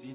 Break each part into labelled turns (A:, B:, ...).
A: Si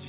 A: Tu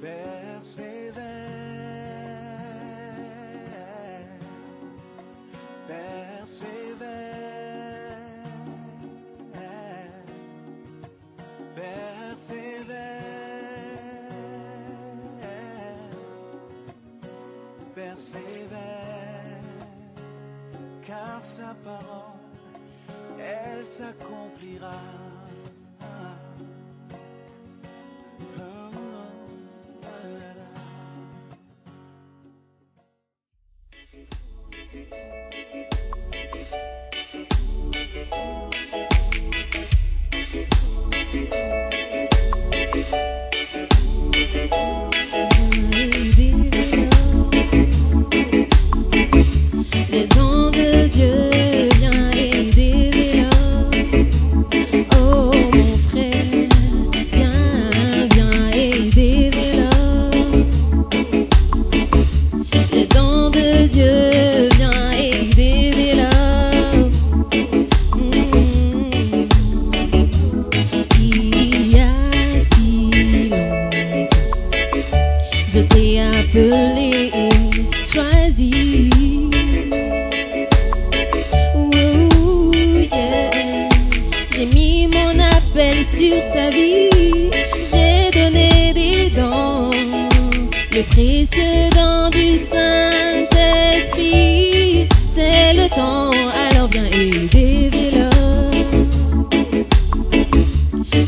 A: Persévère, persévère, persévère, persévère, car sa parole, elle s'accomplira.
B: Le don de Dieu vient et développe. Oh mon frère, viens, viens et développe. Le don de Dieu vient et développe. Il y a si longtemps. Je t'ai appelé et choisi. Ouh, yeah. J'ai mis mon appel sur ta vie. J'ai donné des dons, le précieux don du Saint-Esprit. C'est le temps, alors viens et développe.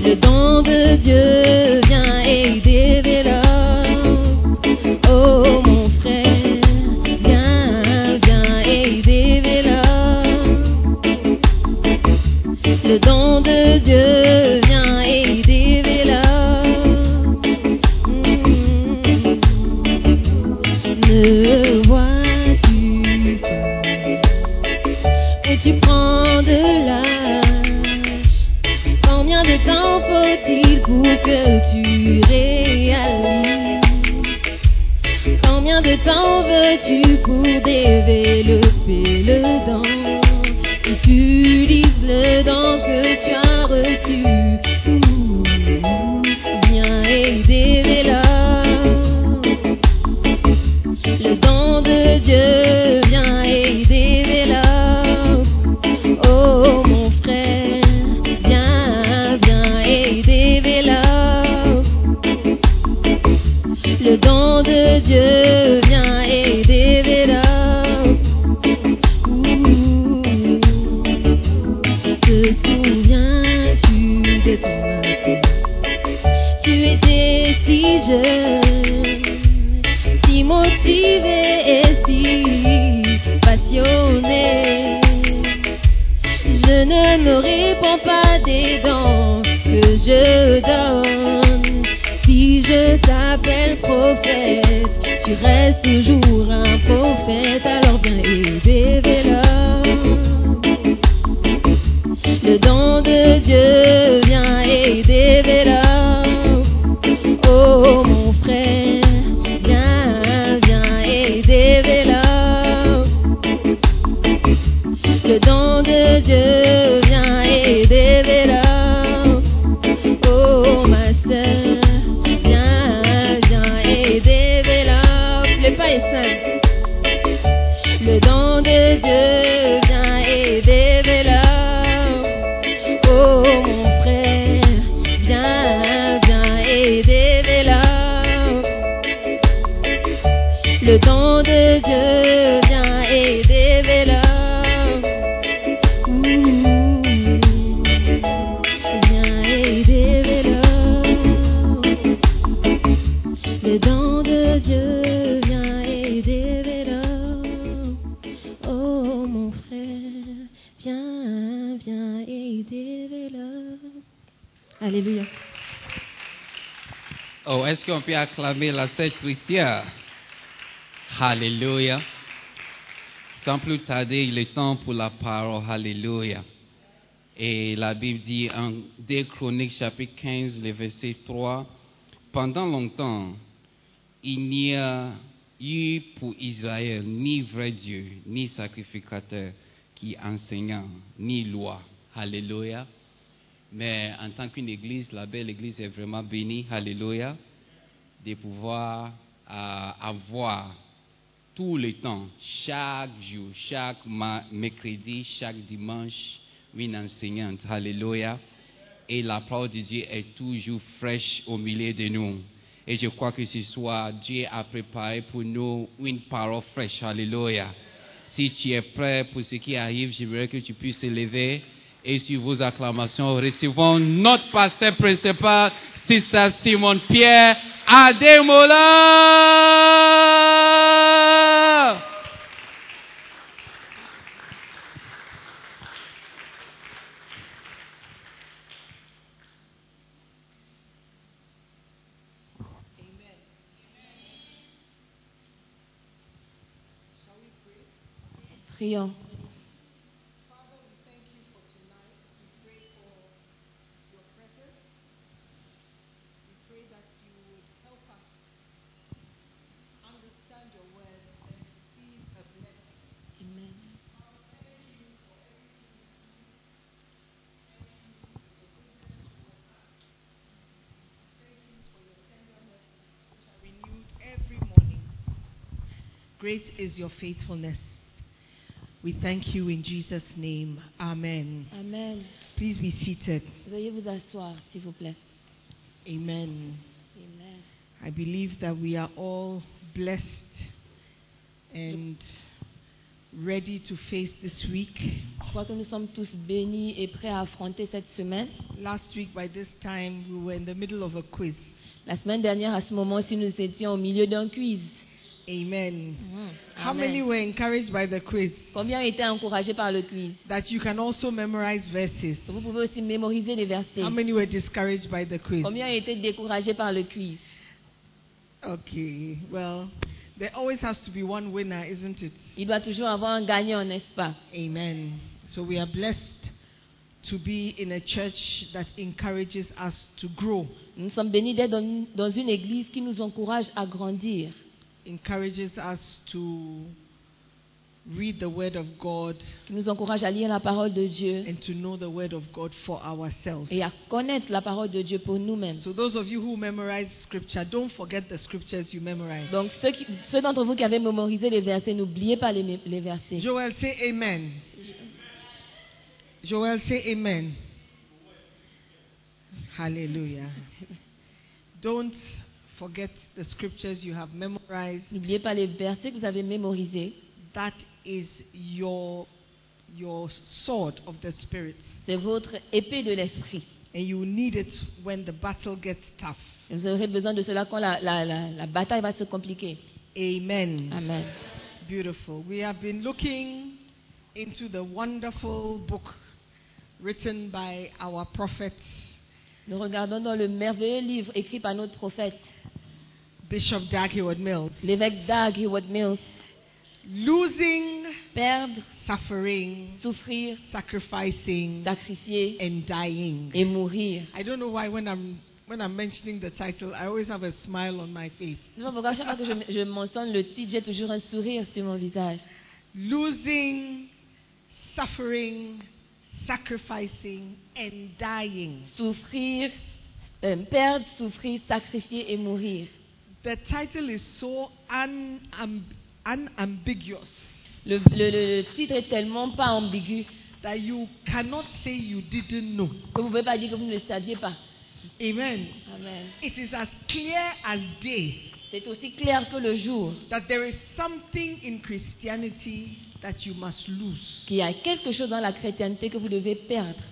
B: Le don de Dieu vient et développe. Oh mon frère, viens, viens et développe. Le don de Dieu vient et développe. Ne vois-tu pas que tu prends de l'âge? Combien de temps faut-il pour que tu réalises Combien de temps veux-tu pour développer le don Utilise le don que tu as reçu. Ouh, Viens et développe. Le don de Dieu vient et développe. Oh mon frère, viens, viens et développe. Le don de Dieu vient et développe. Ouh. Te souviens-tu de ton appel Tu étais si jeune, si motivé et si passionné. Je ne me réponds pas des dents que je donne. Si je t'appelle prophète, tu restes toujours un prophète. Alors viens et développe. Le don de Dieu vient et développe. Oh mon frère, viens, viens et développe. Le don de Dieu vient et développe. Oh ma soeur, viens, viens et développe. Le pas est simple. Le don de Dieu vient et développe. Oh mon frère, viens, viens et développe. Le don de Dieu vient et développe.
C: Eh
B: Ouh, Viens et développe.
C: Oh,
D: Oh, est-ce qu'on peut acclamer la Sainte Christière Alléluia. Sans plus tarder, il est temps pour la parole. Alléluia. Et la Bible dit en 2 Chroniques chapitre 15, le verset 3, Pendant longtemps, il n'y a eu pour Israël ni vrai Dieu, ni sacrificateur, qui enseignant, ni loi. Alléluia. Mais en tant qu'une église, la belle église est vraiment bénie, alléluia, de pouvoir euh, avoir tout le temps, chaque jour, chaque ma- mercredi, chaque dimanche, une enseignante, alléluia. Et la parole de Dieu est toujours fraîche au milieu de nous. Et je crois que ce soir, Dieu a préparé pour nous une parole fraîche, alléluia. Si tu es prêt pour ce qui arrive, j'aimerais que tu puisses te lever et sur vos acclamations, recevons notre pasteur principal, Sister Simon Pierre Ademola.
B: Prions. Amen.
C: renewed every morning. Great is your faithfulness. We thank you in Jesus' name. Amen.
B: Amen.
C: Please be seated.
B: Veuillez vous asseoir, s'il vous plaît.
C: Amen.
B: Amen.
C: I believe that we are all blessed and ready to face this week.
B: Je crois que nous sommes tous bénis et prêts à affronter cette semaine.
C: Last week, by this time, we were in the middle of a quiz.
B: La semaine dernière, à ce moment-ci, nous étions au milieu d'un quiz.
C: Amen. Mmh. How
B: Amen.
C: many were encouraged by the quiz?
B: Combien ont été encouragés par le quiz
C: That you can also memorize verses.
B: Vous pouvez aussi mémoriser les versets.
C: How many were discouraged by the quiz?
B: Combien ont été découragés par le quiz
C: Okay, well, there always has to be one winner, isn't it?
B: Il doit toujours avoir un gagnant, n'est-ce pas
C: Amen. So we are blessed to be in a church that encourages us to grow,
B: Nous sommes bénis d'être dans, dans une église qui nous encourage à grandir,
C: encourages us to read the Word of God
B: qui nous encourage à lire la parole de Dieu
C: and to know the Word of God for ourselves.
B: et à connaître la parole de Dieu pour nous-mêmes.
C: So, those of you who memorize scripture, don't forget the scriptures you memorize.
B: Donc, ceux, qui- ceux d'entre vous qui avez mémorisé les versets, n'oubliez pas les, mé- les versets.
C: Joel, say amen. Joel, say amen. Hallelujah. Don't forget the scriptures you have memorized.
B: N'oubliez pas les versets que vous avez mémorisés.
C: That is your your sword of the spirit.
B: C'est votre épée de l'esprit.
C: And you will need it when the battle gets tough.
B: Et Vous aurez besoin de cela quand la, la- la- la bataille va se compliquer.
C: Amen.
B: Amen.
C: Beautiful. We have been looking into the wonderful book written by our prophet
B: Nous regardons dans le merveilleux livre écrit par notre prophète,
C: Bishop Dag Heward Mills.
B: l'évêque Dag Heward Mills.
C: losing,
B: Perdre,
C: suffering,
B: souffrir,
C: sacrificing,
B: sacrifier
C: and dying.
B: et mourir.
C: I don't know why when I'm when I'm mentioning the title, I always have a smile on my face.
B: Je ne sais pas pourquoi, chaque fois que je, je mentionne le titre, j'ai toujours un sourire sur mon visage.
C: Losing, suffering, sacrificing, and dying.
B: Souffrir, euh, perdre, souffrir, sacrifier et mourir.
C: The title is so un, um, unambiguous
B: Le, le- le- le titre est tellement pas ambigu
C: that you cannot say you didn't know.
B: que vous ne pouvez pas dire que vous ne le saviez pas.
C: Amen.
B: Amen.
C: It is as clear as day
B: C'est aussi clair que le jour
C: that there is something in Christianity that you must lose.
B: qu'il y a quelque chose dans la chrétienté que vous devez perdre.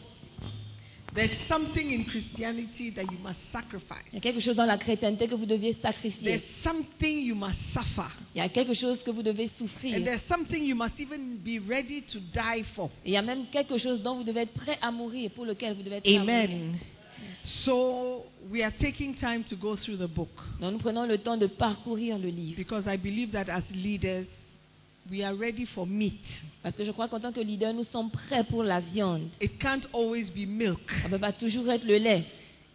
C: There's something in Christianity that you must sacrifice.
B: Il y a quelque chose dans la chrétienté que vous deviez
C: There's
B: sacrifier.
C: something you must suffer.
B: Il y a quelque chose que vous devez
C: And
B: souffrir.
C: there's something you must even be ready to die for.
B: Il y a même quelque chose dont vous devez être prêt à mourir, pour lequel vous devez être prêt à mourir.
C: So we are taking time to go through the book
B: Donc nous prenons le temps de parcourir le livre.
C: because I believe that as leaders, we are ready for meat.
B: Parce que je crois qu'en tant que leader, nous sommes prêts pour la viande.
C: It can't always be milk.
B: Ça ne peut pas toujours être le lait.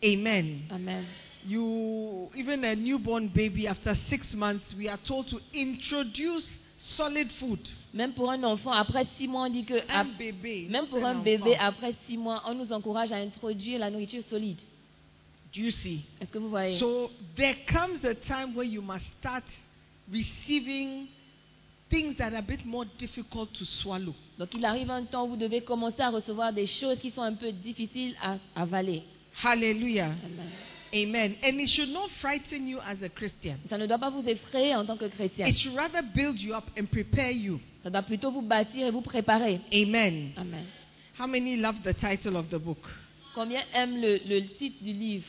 C: Amen.
B: Amen.
C: You even a newborn baby after six months, we are told to introduce solid food.
B: Même pour un enfant, après six mois, on dit que...
C: Un
B: ap-
C: bébé.
B: Même pour un
C: enfant.
B: bébé, après six mois, on nous encourage à introduire la nourriture solide.
C: juicy.
B: Est-ce que vous voyez
C: So there comes a time where you must start receiving things that are a bit more difficult to swallow.
B: Donc il arrive un temps où vous devez commencer à recevoir des choses qui sont un peu difficiles à avaler.
C: Hallelujah.
B: Amen.
C: Amen. And it should not frighten you as a Christian.
B: Ça ne doit pas vous effrayer en tant que chrétien.
C: It should rather build you up and prepare you.
B: Ça doit plutôt vous bâtir et vous préparer.
C: Amen.
B: Amen.
C: How many love the title of the book?
B: Combien aiment le, le titre du livre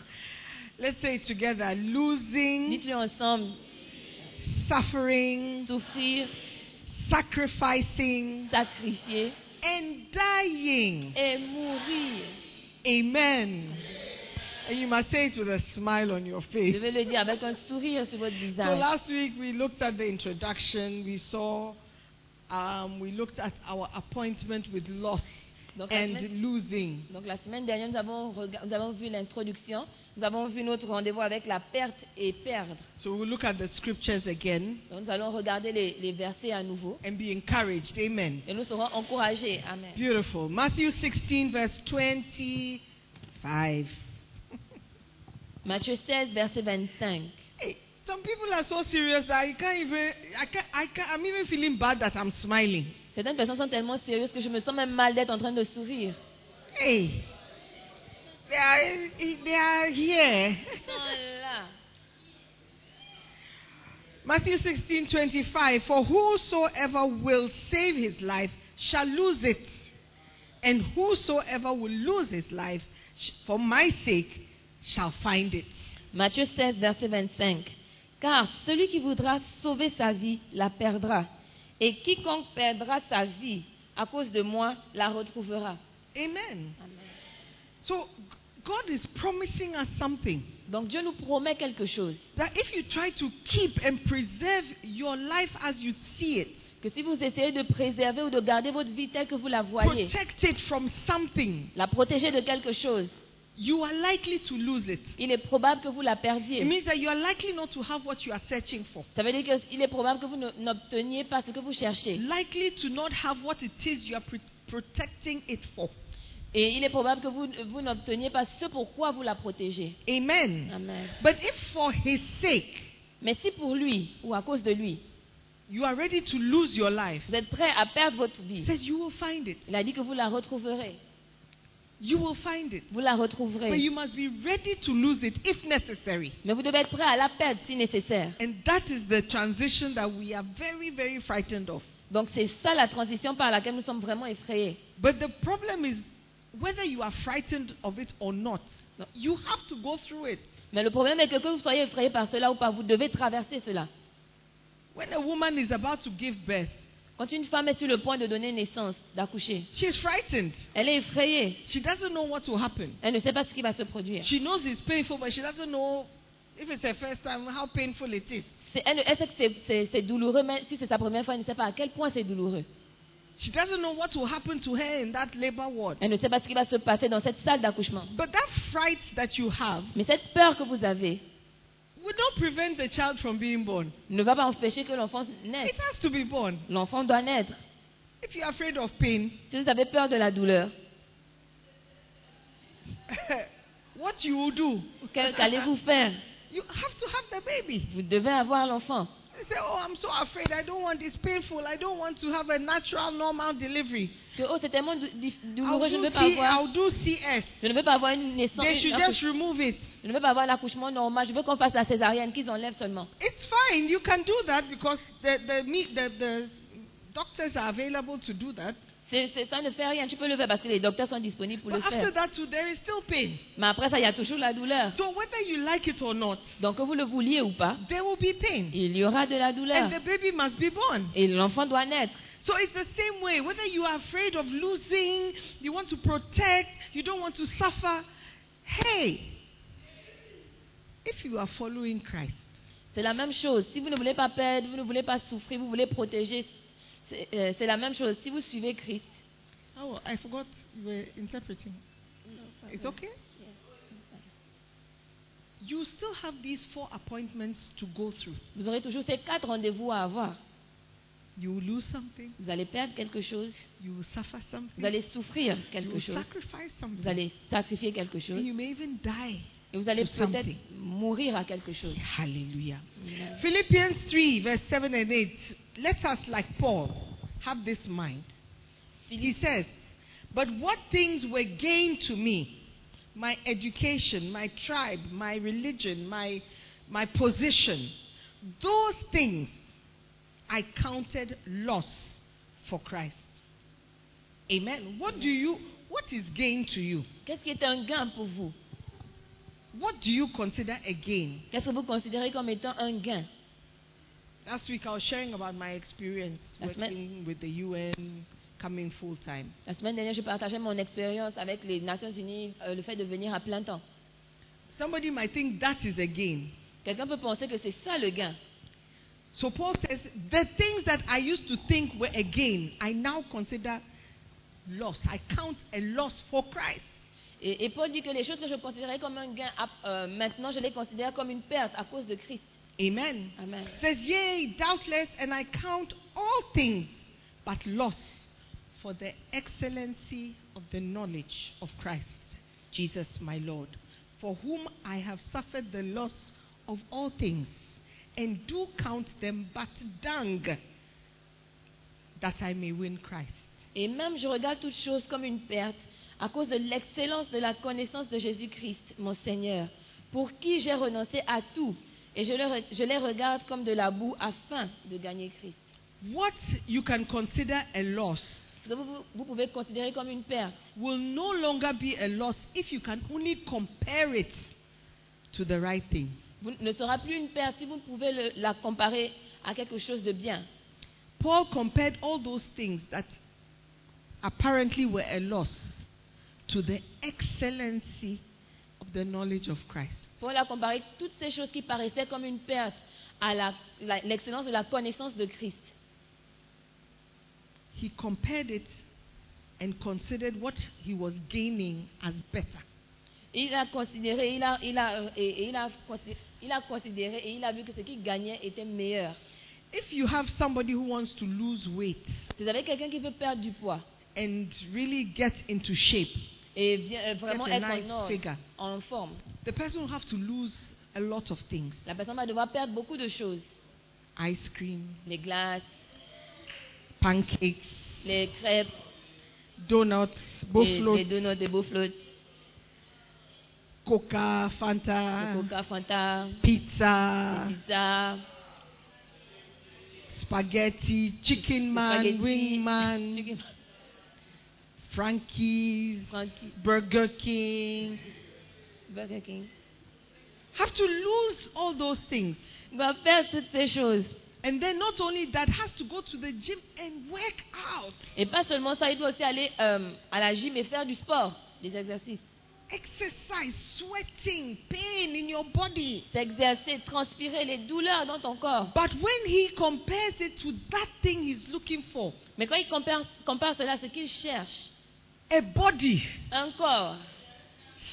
C: Let's say it together losing,
B: Dites-le ensemble.
C: suffering,
B: Souffrir,
C: sacrificing,
B: sacrifier
C: and dying.
B: et mourir.
C: Amen. And you must say it with a smile on your
B: Je
C: face.
B: vais le dire avec un sourire sur votre
C: So
B: visage.
C: last week we looked at the introduction. We saw, um, we looked at our appointment with loss
B: Donc, la
C: and
B: semaine-
C: losing.
B: Donc la semaine dernière, nous avons, rega- nous avons vu l'introduction. Nous avons vu notre rendez-vous avec la perte et perdre.
C: So we'll look at the scriptures again
B: Donc nous allons regarder les, les versets à nouveau.
C: and be encouraged. Amen.
B: Et nous serons encouragés. Amen.
C: Beautiful. Matthew 16, verse 25.
B: Matthieu 16, verset 25.
C: Hey, some people are so serious that I can't even, I can't, I can't, I'm even feeling bad that I'm smiling.
B: Certaines personnes sont tellement sérieuses que je me sens même mal d'être en train de sourire.
C: Hey, they are, eh, they are here.
B: Ils sont là.
C: Matthew 16, 25. For whosoever will save his life shall lose it, and whosoever will lose his life sh- for my sake shall find it.
B: Matthieu 16, verset 25. Car celui qui voudra sauver sa vie la perdra, et quiconque perdra sa vie à cause de moi la retrouvera.
C: Amen. So g- God is promising us something
B: Donc Dieu nous promet quelque chose,
C: that if you try to keep and preserve your life as you see it,
B: que si vous essayez de préserver ou de garder votre vie telle que vous la voyez,
C: protect it from something,
B: la protéger de quelque chose,
C: you are likely to lose it.
B: il est probable que vous la
C: It
B: perdiez.
C: means that you are likely not to have what you are searching for.
B: Ça veut dire qu'il est probable que vous ne- n'obteniez pas ce que vous cherchez.
C: likely to not have what it is you are pre- protecting it for.
B: Et il est probable que vous, vous n'obteniez pas ce pourquoi vous la protégez.
C: Amen.
B: Amen.
C: But if for his sake
B: Mais si pour lui ou à cause de lui,
C: you are ready to lose your life,
B: vous êtes prêt à perdre votre vie,
C: he says you will find it.
B: il a dit que vous la retrouverez.
C: You will find it.
B: Vous la
C: But you
B: retrouverez.
C: must be ready to lose it if necessary.
B: Mais vous devez être prêt à la perdre si nécessaire.
C: And that is the transition that we are very, very frightened of.
B: Donc c'est ça la transition par laquelle nous sommes vraiment effrayés.
C: But the problem is whether you are frightened of it or not,
B: No.
C: you have to go through it.
B: Mais le problème est que que vous soyez effrayé par cela ou pas, vous devez traverser cela.
C: When a woman is about to give birth,
B: Quand une femme est sur le point de donner naissance, d'accoucher,
C: she's frightened.
B: elle est effrayée.
C: She doesn't know what will happen.
B: Elle ne sait pas ce qui va se produire.
C: She knows it's painful, but she doesn't know if it's her first time how painful it is.
B: C'est- Elle, elle sait que c'est- c'est- c'est douloureux, mais si c'est sa première fois, elle ne sait pas à quel point c'est douloureux.
C: She doesn't know what will happen to her in that labor ward.
B: Elle ne sait pas ce qui va se passer dans cette salle d'accouchement.
C: But that fright that you have
B: Mais cette peur que vous avez
C: will not prevent the child from being born.
B: ne va pas empêcher que l'enfant naisse.
C: It has to be born.
B: L'enfant doit naître.
C: If you're afraid of pain,
B: Si vous avez peur de la douleur,
C: what you will do,
B: que- qu'allez-vous faire
C: you have to have the baby.
B: Vous devez avoir l'enfant.
C: You say, Oh, I'm so afraid. I don't want It's painful. I don't want to have a natural, normal delivery.
B: Que, oh, c'est tellement dou- dif-
C: I'll
B: douloureux, je ne
C: do,
B: veux pas
C: C-
B: avoir,
C: I'll do CS.
B: je ne veux pas avoir une naissance.
C: They
B: une-
C: should
B: un
C: just
B: accouche-
C: remove it.
B: je ne veux pas avoir l'accouchement normal. Je veux qu'on fasse la césarienne, qu'ils enlèvent seulement.
C: It's fine. You can do that because the, the, me- the, the doctors are available to do that.
B: C'est- c'est- ça ne fait rien. Tu peux le faire parce que les docteurs sont disponibles pour
C: But
B: le
C: after
B: faire.
C: that, too, there is still pain.
B: Mais après ça, il y a toujours la douleur.
C: So whether you like it or not,
B: Donc que vous le vouliez ou pas,
C: there will be pain.
B: il y aura de la douleur.
C: And the baby must be born.
B: Et l'enfant doit naître.
C: So it's the same way. Whether you are afraid of losing, you want to protect, you don't want to suffer, Hey, if you are following Christ,
B: C'est la même chose. Si vous ne voulez pas perdre, vous ne voulez pas souffrir, vous voulez protéger, c'est euh, c'est la même chose. Si vous suivez Christ,
C: oh, I forgot you were interpreting. It's okay. You still have these four appointments to go through.
B: vous aurez toujours ces quatre rendez-vous à avoir.
C: You will lose something.
B: Vous allez perdre quelque chose,
C: You will suffer something.
B: vous allez souffrir
C: you
B: quelque
C: will
B: chose,
C: sacrifice something.
B: vous allez sacrifier quelque
C: And
B: chose
C: you may even die.
B: et vous allez
C: Do something.
B: peut-être mourir à quelque chose.
C: Hallelujah. Philippians 3, verse 7 and 8. Let us, like Paul, have this mind. He
B: Philippe-
C: says, But what things were gained to me? My education, my tribe, my religion, my, my position. Those things I counted loss for Christ. Amen. What do you, what is gain to you?
B: Qu'est-ce qui est un gain pour vous
C: What do you consider a gain?
B: Qu'est-ce que vous considérez comme étant un gain
C: Last week I was sharing about my experience
B: That's meant-
C: working with the UN, coming full time.
B: La semaine dernière, je partageais mon expérience avec les Nations Unies, euh, le fait de venir à plein temps.
C: Somebody might think that is a gain.
B: Quelqu'un peut penser que c'est ça le gain.
C: So Paul says, the things that I used to think were a gain, I now consider loss. I count a loss for Christ.
B: Et, et Paul dit que les choses que je considérais comme un gain, à- euh, maintenant je les considère comme une perte à cause de Christ.
C: Amen.
B: Amen.
C: Says, yea, doubtless, and I count all things but loss for the excellency of the knowledge of Christ, Jesus my Lord, for whom I have suffered the loss of all things, and do count them but dung, that I may win Christ.
B: Et même je regarde toutes choses comme une perte à cause de l'excellence de la connaissance de Jésus-Christ, mon Seigneur, pour qui j'ai renoncé à tout. Et je, le re- je les regarde comme de la boue afin de gagner Christ.
C: What you can consider a loss
B: Ce que vous, vous pouvez considérer comme une perte
C: will no longer be a loss if you can only compare it to the right thing.
B: vous- ne sera plus une perte si vous pouvez le- la comparer à quelque chose de bien.
C: Paul compared all those things that apparently were a loss to the excellency of the knowledge of Christ.
B: Paul a comparé toutes ces choses qui paraissaient comme une perte à la- la- l'excellence de la connaissance de Christ.
C: He compared it and considered what he was gaining as better.
B: Il a considéré, il a, il a- euh, et, et il a consi- il a considéré et il a vu que ce qu'il gagnait était meilleur.
C: If you have somebody who wants to lose weight
B: Si Vous avez quelqu'un qui veut perdre du poids
C: and really get into shape,
B: et vient- euh, vraiment
C: Get a
B: être
C: nice
B: en, ordre,
C: figure.
B: en forme.
C: the person will have to lose a lot of things
B: La personne va devoir perdre beaucoup de choses.
C: ice cream,
B: Les glaces,
C: pancakes,
B: les crêpes,
C: donuts,
B: les, les
C: buffalo,
B: donuts de Buffalo,
C: coca,
B: le
C: Fanta,
B: Coca Fanta,
C: pizza.
B: les pizzas,
C: spaghetti, chicken man,
B: spaghetti,
C: wing man,
B: chicken-
C: Frankie's,
B: Frankie-
C: Burger King.
B: Burger King.
C: Have to lose all those things.
B: Il va perdre toutes ces choses.
C: And then not only that, has to go to the gym and work out.
B: Et pas seulement ça, il doit aussi aller euh, à la gym et faire du sport, des exercices.
C: Exercise, sweating, pain in your body.
B: S'exercer, transpirer les douleurs dans ton corps.
C: But when he compares it to that thing he's looking for,
B: Mais quand il compare, compare cela à ce qu'il cherche,
C: a body,
B: un corps,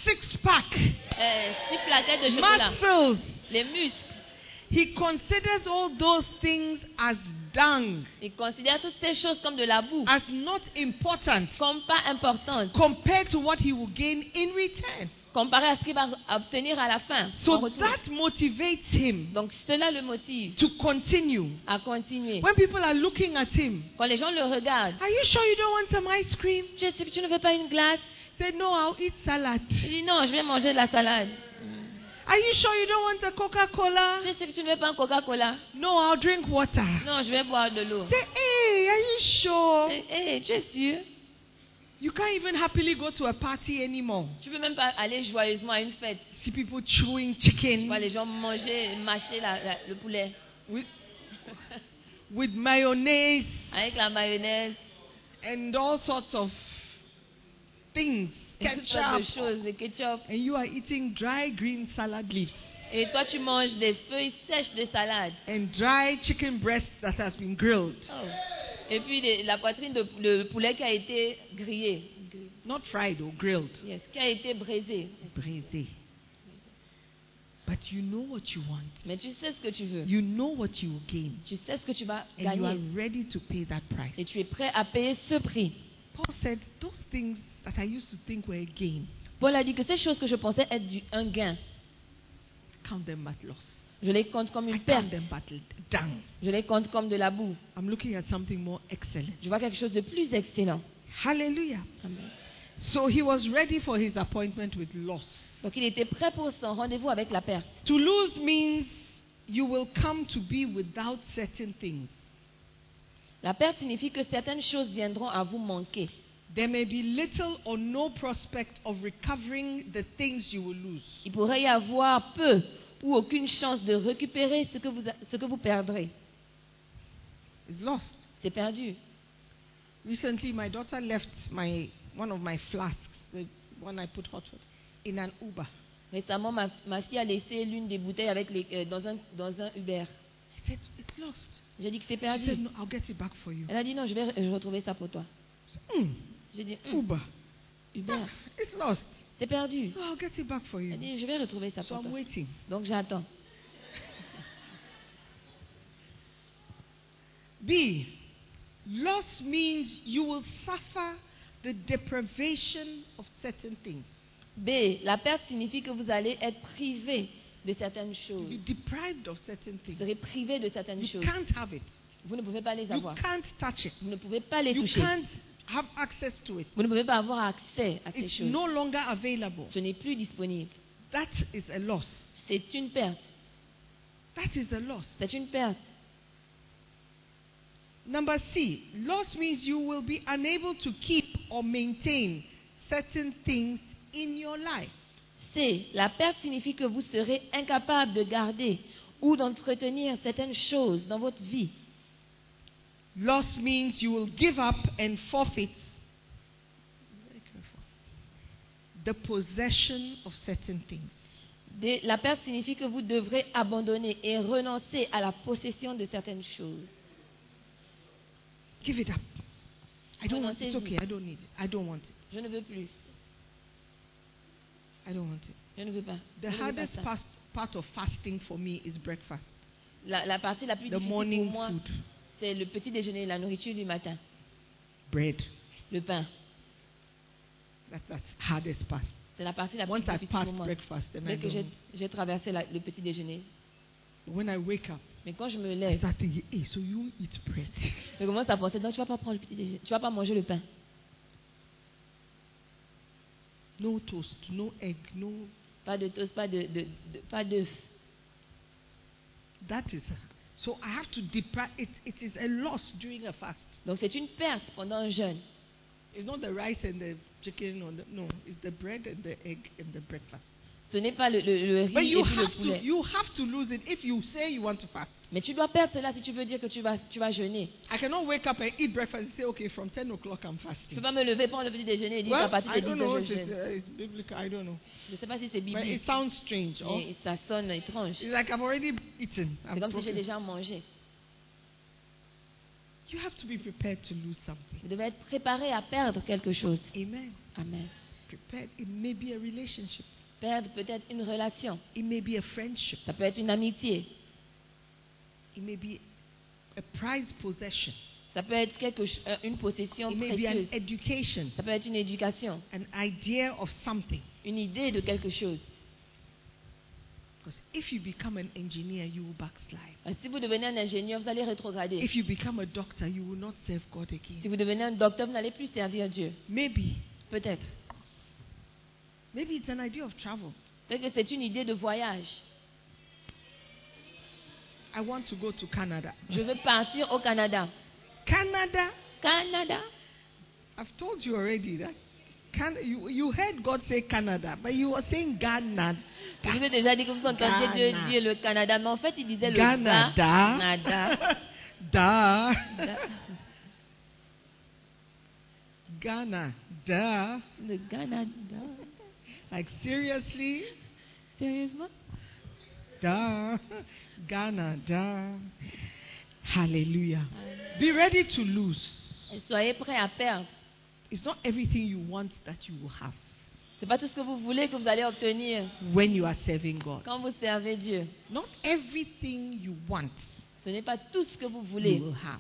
C: six pack,
B: euh, six plaquettes de chocolat,
C: muscles,
B: les muscles,
C: he considers all those things as dung,
B: il considère toutes ces choses comme de la boue,
C: as not important.
B: comme pas importantes,
C: compared to what he will gain in return.
B: comparé à ce qu'il va obtenir à la fin. en
C: So
B: retour.
C: that motivates him
B: Donc cela le motive
C: to continue.
B: à continuer.
C: When people are looking at him,
B: Quand les gens le regardent,
C: are you sure you don't want some ice cream?
B: tu, tu ne veux pas une glace
C: Say, no, I'll eat salad.
B: Il dit non, je vais manger de la salade.
C: Are you sure you don't want a Coca
B: Je
C: Cola?
B: sais que tu ne veux pas un Coca-Cola.
C: No, I'll drink water.
B: Non, je vais boire de l'eau.
C: Say, hey, are you sure?
B: Eh, eh, tu es sûr
C: You can't even happily go to a party anymore.
B: Tu peux même pas aller joyeusement à une fête.
C: See people chewing
B: Tu
C: chicken
B: vois les gens manger, mâcher la- la- le poulet
C: with, with mayonnaise
B: avec la mayonnaise
C: and all sorts of things.
B: toutes sortes de
C: ketchup,
B: choses, le ketchup.
C: and you are eating dry green salad leaves
B: Et toi, tu manges des feuilles sèches de salade.
C: and dry chicken breast that has been grilled,
B: Oh. Et puis des- la poitrine de, de poulet qui a été grillée,
C: not fried or grilled,
B: Yes, qui a été braisée.
C: braisé. But you know what you want.
B: Mais tu sais ce que tu veux.
C: You know what you will gain,
B: Tu sais ce que tu vas
C: and you are
B: gagner.
C: ready to pay that price.
B: Et tu es prêt à payer ce prix.
C: Paul said, "Those things that I used to think were a gain,
B: Paul a dit que ces choses que je pensais être du, un gain,
C: count them but loss.
B: je les compte comme
C: I
B: une perte.
C: count them but dung.
B: Je les compte comme de la boue.
C: I'm looking at something more excellent.
B: Je vois quelque chose de plus excellent.
C: Hallelujah."
B: Amen.
C: So he was ready for his appointment with loss.
B: Donc il était prêt pour son rendez-vous avec la perte.
C: To lose means you will come to be without certain things.
B: La perte signifie que certaines choses viendront à vous manquer.
C: There may be little or no prospect of recovering the things you will lose.
B: Il pourrait y avoir peu ou aucune chance de récupérer ce que vous, a- ce que vous perdrez.
C: It's lost.
B: C'est perdu.
C: Recently, my daughter left my one of my flasks, the one I put hot water, in an Uber.
B: Récemment, ma, ma fille a laissé l'une des bouteilles avec les- euh, dans, un, dans un Uber.
C: I said, "It's lost."
B: J'ai dit que c'est
C: She said,
B: perdu.
C: "No, I'll get it back for you."
B: Elle a dit non, je vais re- retrouver ça pour toi.
C: Hmm,
B: J'ai dit hum,
C: Uber,
B: Uber,
C: it's lost.
B: c'est perdu.
C: No, I'll get it back for
B: Elle a
C: you.
B: dit je vais retrouver ça
C: So
B: pour
C: I'm
B: toi.
C: waiting.
B: Donc j'attends.
C: B. Loss means you will suffer the deprivation of certain things.
B: B. La perte signifie que vous allez être privé de certaines
C: You'll be
B: choses.
C: deprived of certain
B: Vous
C: things.
B: serez privé de certaines
C: You
B: choses.
C: can't have it.
B: Vous ne pouvez pas les
C: You
B: avoir.
C: can't touch it.
B: Vous ne pouvez pas les
C: You
B: toucher.
C: can't have access to it.
B: Vous ne pouvez pas avoir accès à ces
C: It's
B: choses.
C: no longer available.
B: Ce n'est plus disponible.
C: That is a loss.
B: C'est une perte.
C: That is a loss.
B: C'est une perte.
C: Number C, loss means you will be unable to keep or maintain certain things in your life.
B: C. La perte signifie que vous serez incapable de garder ou d'entretenir certaines choses dans votre vie.
C: Loss means you will give up and forfeit Very careful. the possession of certain things.
B: D. La perte signifie que vous devrez abandonner et renoncer à la possession de certaines choses.
C: Give it up. I don't want it. It's
B: Renoncer-y.
C: okay. I don't need it. I don't want it.
B: Je ne veux plus.
C: I don't want it.
B: Je ne veux pas. Je
C: The
B: ne veux pas
C: hardest
B: ça.
C: part, part of fasting for me is breakfast,
B: La, la partie la plus
C: the
B: difficile pour
C: morning
B: moi,
C: food,
B: c'est le petit déjeuner, la nourriture du matin,
C: bread.
B: le pain.
C: That's that's hardest part.
B: C'est la partie la plus
C: Once I
B: difficile
C: pass
B: pour moi.
C: breakfast, then I
B: Dès que j'ai-
C: don't.
B: j'ai traversé la- le petit déjeuner,
C: When I wake up,
B: mais quand je me
C: I
B: lève,
C: start thinking, hey, so you eat bread.
B: je commence à penser, non, tu vas pas prendre le petit déjeuner, tu vas pas manger le pain.
C: No toast, no egg, no.
B: Pas de toast, pas de, de, de- pas d'œuf.
C: That is. So I have to deprive. It, it is a loss during a fast.
B: Donc c'est une perte pendant un jeûne.
C: It's not the rice and the chicken or the no. It's the bread and the egg and the breakfast.
B: Ce n'est pas le, le- le
C: But
B: riz
C: you
B: et puis le
C: have
B: poulet.
C: to you have to lose it if you say you want to fast.
B: Mais tu dois perdre cela si tu veux dire que tu vas, tu vas jeûner.
C: I cannot wake up and eat breakfast and say, okay, from 10 o'clock I'm
B: Je ne peux
C: fasting.
B: pas me lever, prendre le petit déjeuner et dire à
C: Well,
B: partir
C: I
B: de
C: don't
B: 10
C: know
B: heures,
C: if
B: je
C: it's,
B: jeûne.
C: uh, it's biblical. I don't know.
B: Je ne sais pas si c'est
C: But
B: biblique,
C: it sounds strange. Or
B: mais ça sonne étrange.
C: it's like I've already eaten.
B: C'est
C: I've
B: comme si j'ai
C: broken.
B: déjà mangé.
C: You have to be prepared to lose something.
B: Vous devez être préparé à perdre quelque chose.
C: Amen.
B: Amen.
C: Prepared. It may be a relationship.
B: Perdre peut-être une relation.
C: It may be a friendship.
B: Ça peut être une amitié.
C: It may be a prized possession.
B: Ça peut être quelque ch- euh, une possession
C: It may be an
B: précieuse.
C: education.
B: Ça peut être une éducation,
C: An idea of something.
B: une idée de quelque chose.
C: Because if you become an engineer, you will backslide.
B: Euh, Si vous devenez un ingénieur, vous allez rétrograder.
C: If you become a doctor, you will not serve God
B: Si
C: again.
B: vous devenez un docteur, vous n'allez plus servir Dieu.
C: Maybe.
B: Peut-être.
C: Maybe it's an idea of travel.
B: Peut-être que c'est une idée de voyage.
C: I want to go to Canada.
B: Je veux partir au Canada.
C: Canada,
B: Canada
C: I've told you already that. Can, you, you heard God say Canada, but you were saying Ghana.
B: Je vous ai déjà dit que vous entendiez Dieu
C: Ghana.
B: dire le Canada, mais en fait, il disait le
C: Canada.
B: Canada.
C: Da.
B: Da.
C: Ghana, duh.
B: Le Ghana, duh.
C: Like seriously,
B: Sérieusement?
C: duh. Ghana, duh. Hallelujah. Be ready to lose.
B: Et soyez prêts à perdre.
C: It's not everything you want that you will have
B: Ce n'est pas tout ce que vous voulez que vous allez obtenir
C: when you are serving God.
B: quand vous servez Dieu.
C: Not everything you want
B: Ce n'est pas tout ce que vous voulez
C: you will have.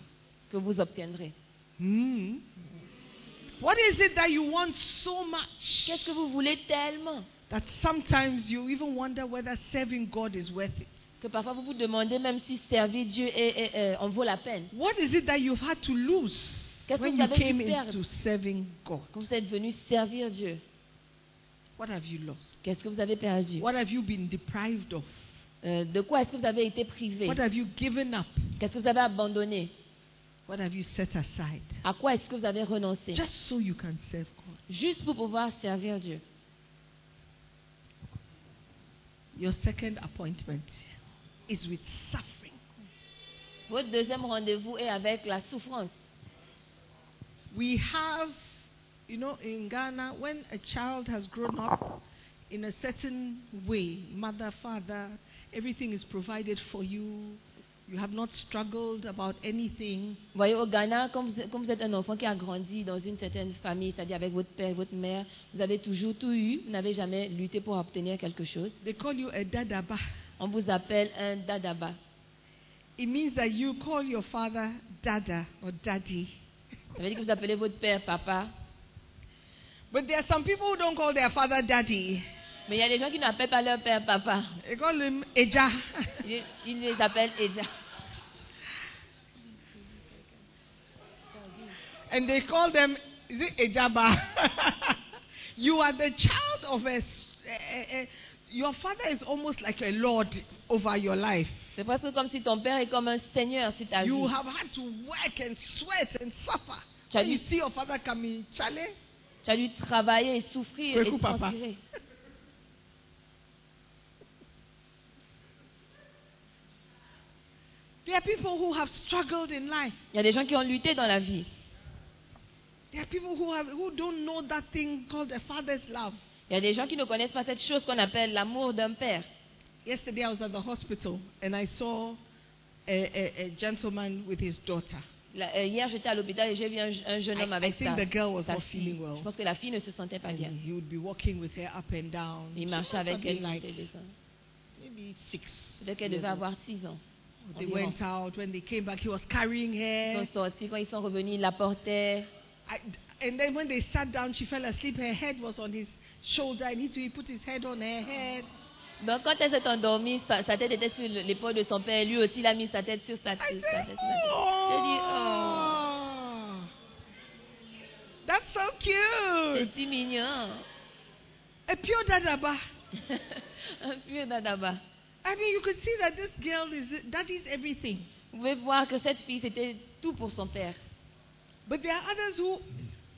B: que vous obtiendrez.
C: Hmm. What is it that you want so much
B: Qu'est-ce que vous voulez tellement
C: that sometimes you even wonder whether serving God is worth it?
B: que parfois vous vous demandez même si servir Dieu est, est- est- en vaut la peine.
C: What is it that you've had to lose
B: Qu'est-ce que
C: when
B: vous
C: you
B: avez dû
C: came
B: perdre?
C: into serving God?
B: Quand vous êtes venu servir Dieu,
C: What have you lost?
B: qu'est-ce que vous avez perdu
C: What have you been deprived of?
B: Euh, De quoi est-ce que vous avez été privé
C: What have you given up?
B: Qu'est-ce que vous avez abandonné
C: What have you set aside?
B: À quoi est-ce que vous avez renoncé
C: Just so you can serve God.
B: Juste pour pouvoir servir Dieu.
C: Your second appointment is with suffering.
B: Votre deuxième rendez-vous est avec la souffrance.
C: We have, you know, in Ghana, when a child has grown up in a certain way, mother, father, everything is provided for you. You have not struggled about anything.
B: Vous voyez, au Ghana, quand vous, êtes- quand vous êtes un enfant qui a grandi dans une certaine famille, c'est-à-dire avec votre père, votre mère, vous avez toujours tout eu, vous n'avez jamais lutté pour obtenir quelque chose.
C: They call you a dadaba.
B: On vous appelle un dadaba.
C: It means that you call your father dada or daddy.
B: Ça veut dire que vous appelez votre père papa.
C: But there are some people who don't call their father daddy.
B: Mais il y a des gens qui n'appellent pas leur père papa.
C: They call him Eja.
B: Ils, ils les appellent Eja.
C: and they call them is it Ejaba. you are the child of a, s- a- a- a- Your father is almost like a lord over your life.
B: C'est presque comme si ton père est comme un seigneur sur ta vie.
C: You have had to work and sweat and suffer.
B: Charlie.
C: When you see your father coming, Charlie,
B: Tu as dû travailler et souffrir et
C: Kweku papa.
B: transpirer.
C: there are people who have struggled in life.
B: Il y a des gens qui ont lutté dans la vie.
C: There are people who have who don't know that thing called a father's love.
B: Il y a des gens qui ne connaissent pas cette chose qu'on appelle l'amour d'un père.
C: Yesterday I was at the hospital and I saw a, a, a gentleman with his daughter.
B: La- euh, hier, j'étais à l'hôpital et j'ai vu un, un jeune
C: I-
B: homme
C: I
B: avec
C: think
B: sa,
C: the girl was
B: sa
C: not
B: fille.
C: feeling well.
B: Je pense que la fille ne se sentait pas
C: And
B: bien.
C: he would be walking with her up and down.
B: Il marchait avec
C: Something
B: elle.
C: like
B: montait, descendait.
C: maybe six.
B: Peut-être qu'elle
C: years
B: devait
C: old.
B: avoir 6 ans.
C: They
B: environ.
C: went out. When they came back, he was carrying
B: Ils
C: her.
B: sont sortis. Quand ils sont revenus, ils la portaient.
C: I, and then when they sat down, she fell asleep. Her head was on his shoulder, and he, too, he put his head on her head.
B: Donc, quand elle s'est endormie, sa, sa tête était sur l'épaule de son père. Lui aussi, il a mis sa tête sur sa, sa
C: I
B: tête.
C: said,
B: J'ai dit, oh,
C: oh, that's so
B: c'est
C: cute.
B: si mignon.
C: A pure dadaba.
B: Un pur dadaba.
C: I mean, you could see that this girl is that is everything.
B: Vous pouvez voir que cette fille, c'était tout pour son père.
C: But there are others who,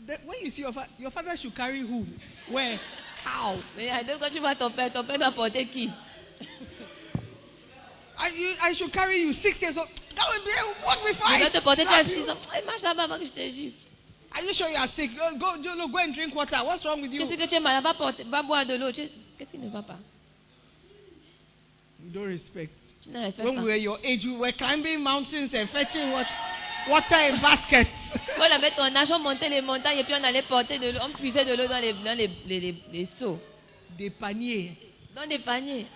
C: that when you see your, fa- your father should carry who, where, how.
B: Mais ah, donc, quand tu vois ton père, ton père doit porter qui
C: I, you, I should carry you six years old. That would be what we
B: Il
C: fight.
B: doit te porter toi à
C: Slap
B: 6
C: you.
B: ans. Eh, marche là-bas avant que je te jure.
C: Are you sure you are sick? Go, go, go, go and drink water. What's wrong with
B: Je
C: you?
B: sais que tu es malade, va, porter- va boire de l'eau. Tu- Qu'est-ce qui ne va pas
C: You don't respect.
B: Tu n'as rien fait.
C: When we
B: Pas.
C: were your age, we were climbing mountains and fetching water, water in baskets.
B: Quand on avait ton âge, on montait les montagnes et puis on allait porter de l'eau. On puisait de l'eau dans, les, dans les, les, les- les seaux,
C: Des paniers.
B: dans des paniers.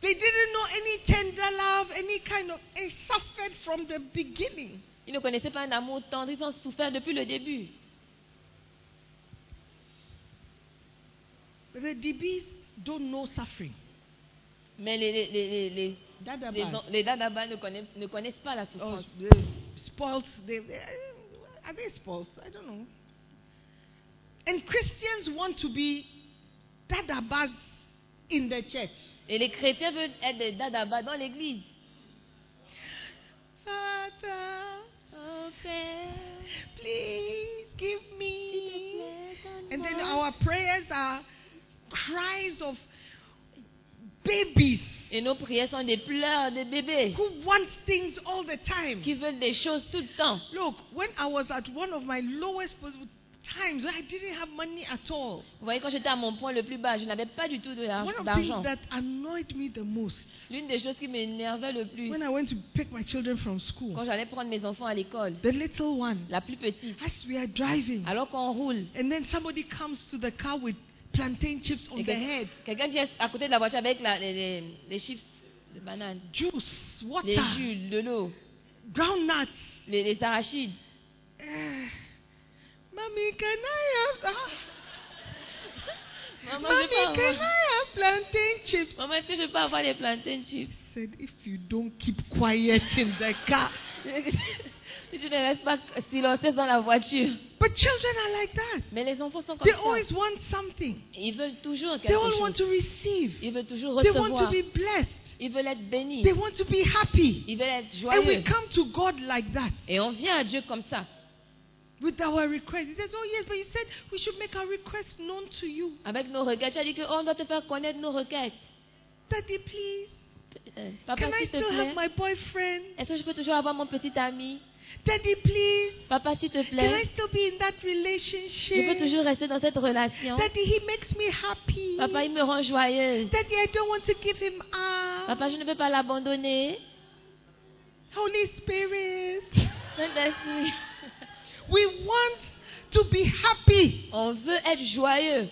C: They didn't know any tender love, any kind of. They suffered from the beginning.
B: Ils ne connaissaient pas un amour tendre. Ils ont souffert depuis le début.
C: The DBs don't know suffering.
B: Mais les, les, les, les, les,
C: Dadaba.
B: les, les dadabas ne connaissent, ne connaissent pas la
C: Oh,
B: souffrance.
C: the spoilt. They, they- are they spoilt? I don't know. And Christians want to be dadabas in the church.
B: Et les chrétiens veulent être des dadabas dans l'église.
C: Father,
B: Oh, Père.
C: please give me. And then our prayers are cries of babies.
B: Et nos prières sont des pleurs de bébés
C: who want things all the time.
B: qui veulent des choses tout le temps.
C: Look, when I was at one of my lowest possible times, when I didn't have money at all.
B: Vous voyez, quand j'étais à mon point le plus bas, je n'avais pas du tout de la-
C: One of the
B: d'argent.
C: things that annoyed me the most
B: L'une des choses qui m'énervait le plus,
C: when I went to pick my children from school,
B: quand j'allais prendre mes enfants à l'école,
C: the little one,
B: la plus petite,
C: as we are driving,
B: alors qu'on roule,
C: and then somebody comes to the car with plantain chips on
B: et
C: the
B: que-
C: head,
B: quelqu'un vient à côté de la voiture avec la- les, les- les chips de banane,
C: juice, water,
B: les jus, de l'eau,
C: groundnuts.
B: les, les arachides.
C: Eh, Mommy, can I have? ah,
B: Maman, je
C: mommy,
B: peux
C: can
B: avoir-
C: I have plantain chips?
B: Maman, est-ce que je peux avoir les plantain chips
C: said, if you don't keep quiet in the car.
B: Si tu ne restes pas silencieuse dans la voiture.
C: But children are like that.
B: Mais les enfants sont comme
C: They
B: ça.
C: always want something.
B: Ils veulent toujours quelque
C: They all want
B: chose.
C: to receive.
B: Ils veulent toujours
C: They want to
B: recevoir.
C: be blessed.
B: Ils veulent être bénis.
C: They want to be happy.
B: Ils veulent être
C: And we
B: joyeux.
C: come to God like that
B: Et on vient à Dieu comme ça,
C: with our request. He says, Oh, yes, but you said we should make our request known to you.
B: avec nos requêtes. Tu as dit que oh, on doit te faire connaître nos requêtes.
C: Daddy, please.
B: Euh, Papa,
C: Can I
B: s'il te
C: still have
B: plaît.
C: my boyfriend?
B: Est-ce que je peux toujours avoir mon petit ami?
C: Daddy, please.
B: Papa, s'il te
C: Can I
B: plaît.
C: still be in that
B: Je veux
C: relationship?
B: toujours rester dans cette relation.
C: Daddy, he makes me happy.
B: Papa, il me rend joyeuse.
C: Daddy, I don't want to give him up.
B: Papa, je ne peux pas l'abandonner.
C: Holy Spirit.
B: Saint-Esprit.
C: We want to be happy.
B: On veut être joyeux.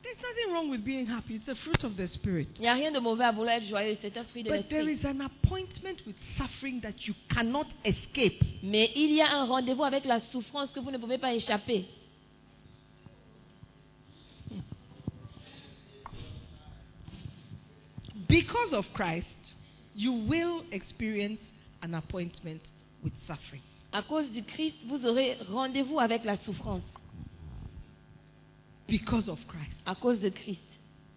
C: There's nothing wrong with being happy. It's a fruit of the Spirit.
B: Il n'y a rien de mauvais à vouloir être joyeux. C'est un fruit de
C: But there
B: l'esprit.
C: is an appointment with suffering that you cannot escape.
B: Mais il y a un rendez-vous avec la souffrance que vous ne pouvez pas échapper.
C: Because of Christ, you will experience an appointment with suffering.
B: À cause du Christ, vous aurez rendez-vous avec la souffrance.
C: Because of Christ,
B: À cause de Christ,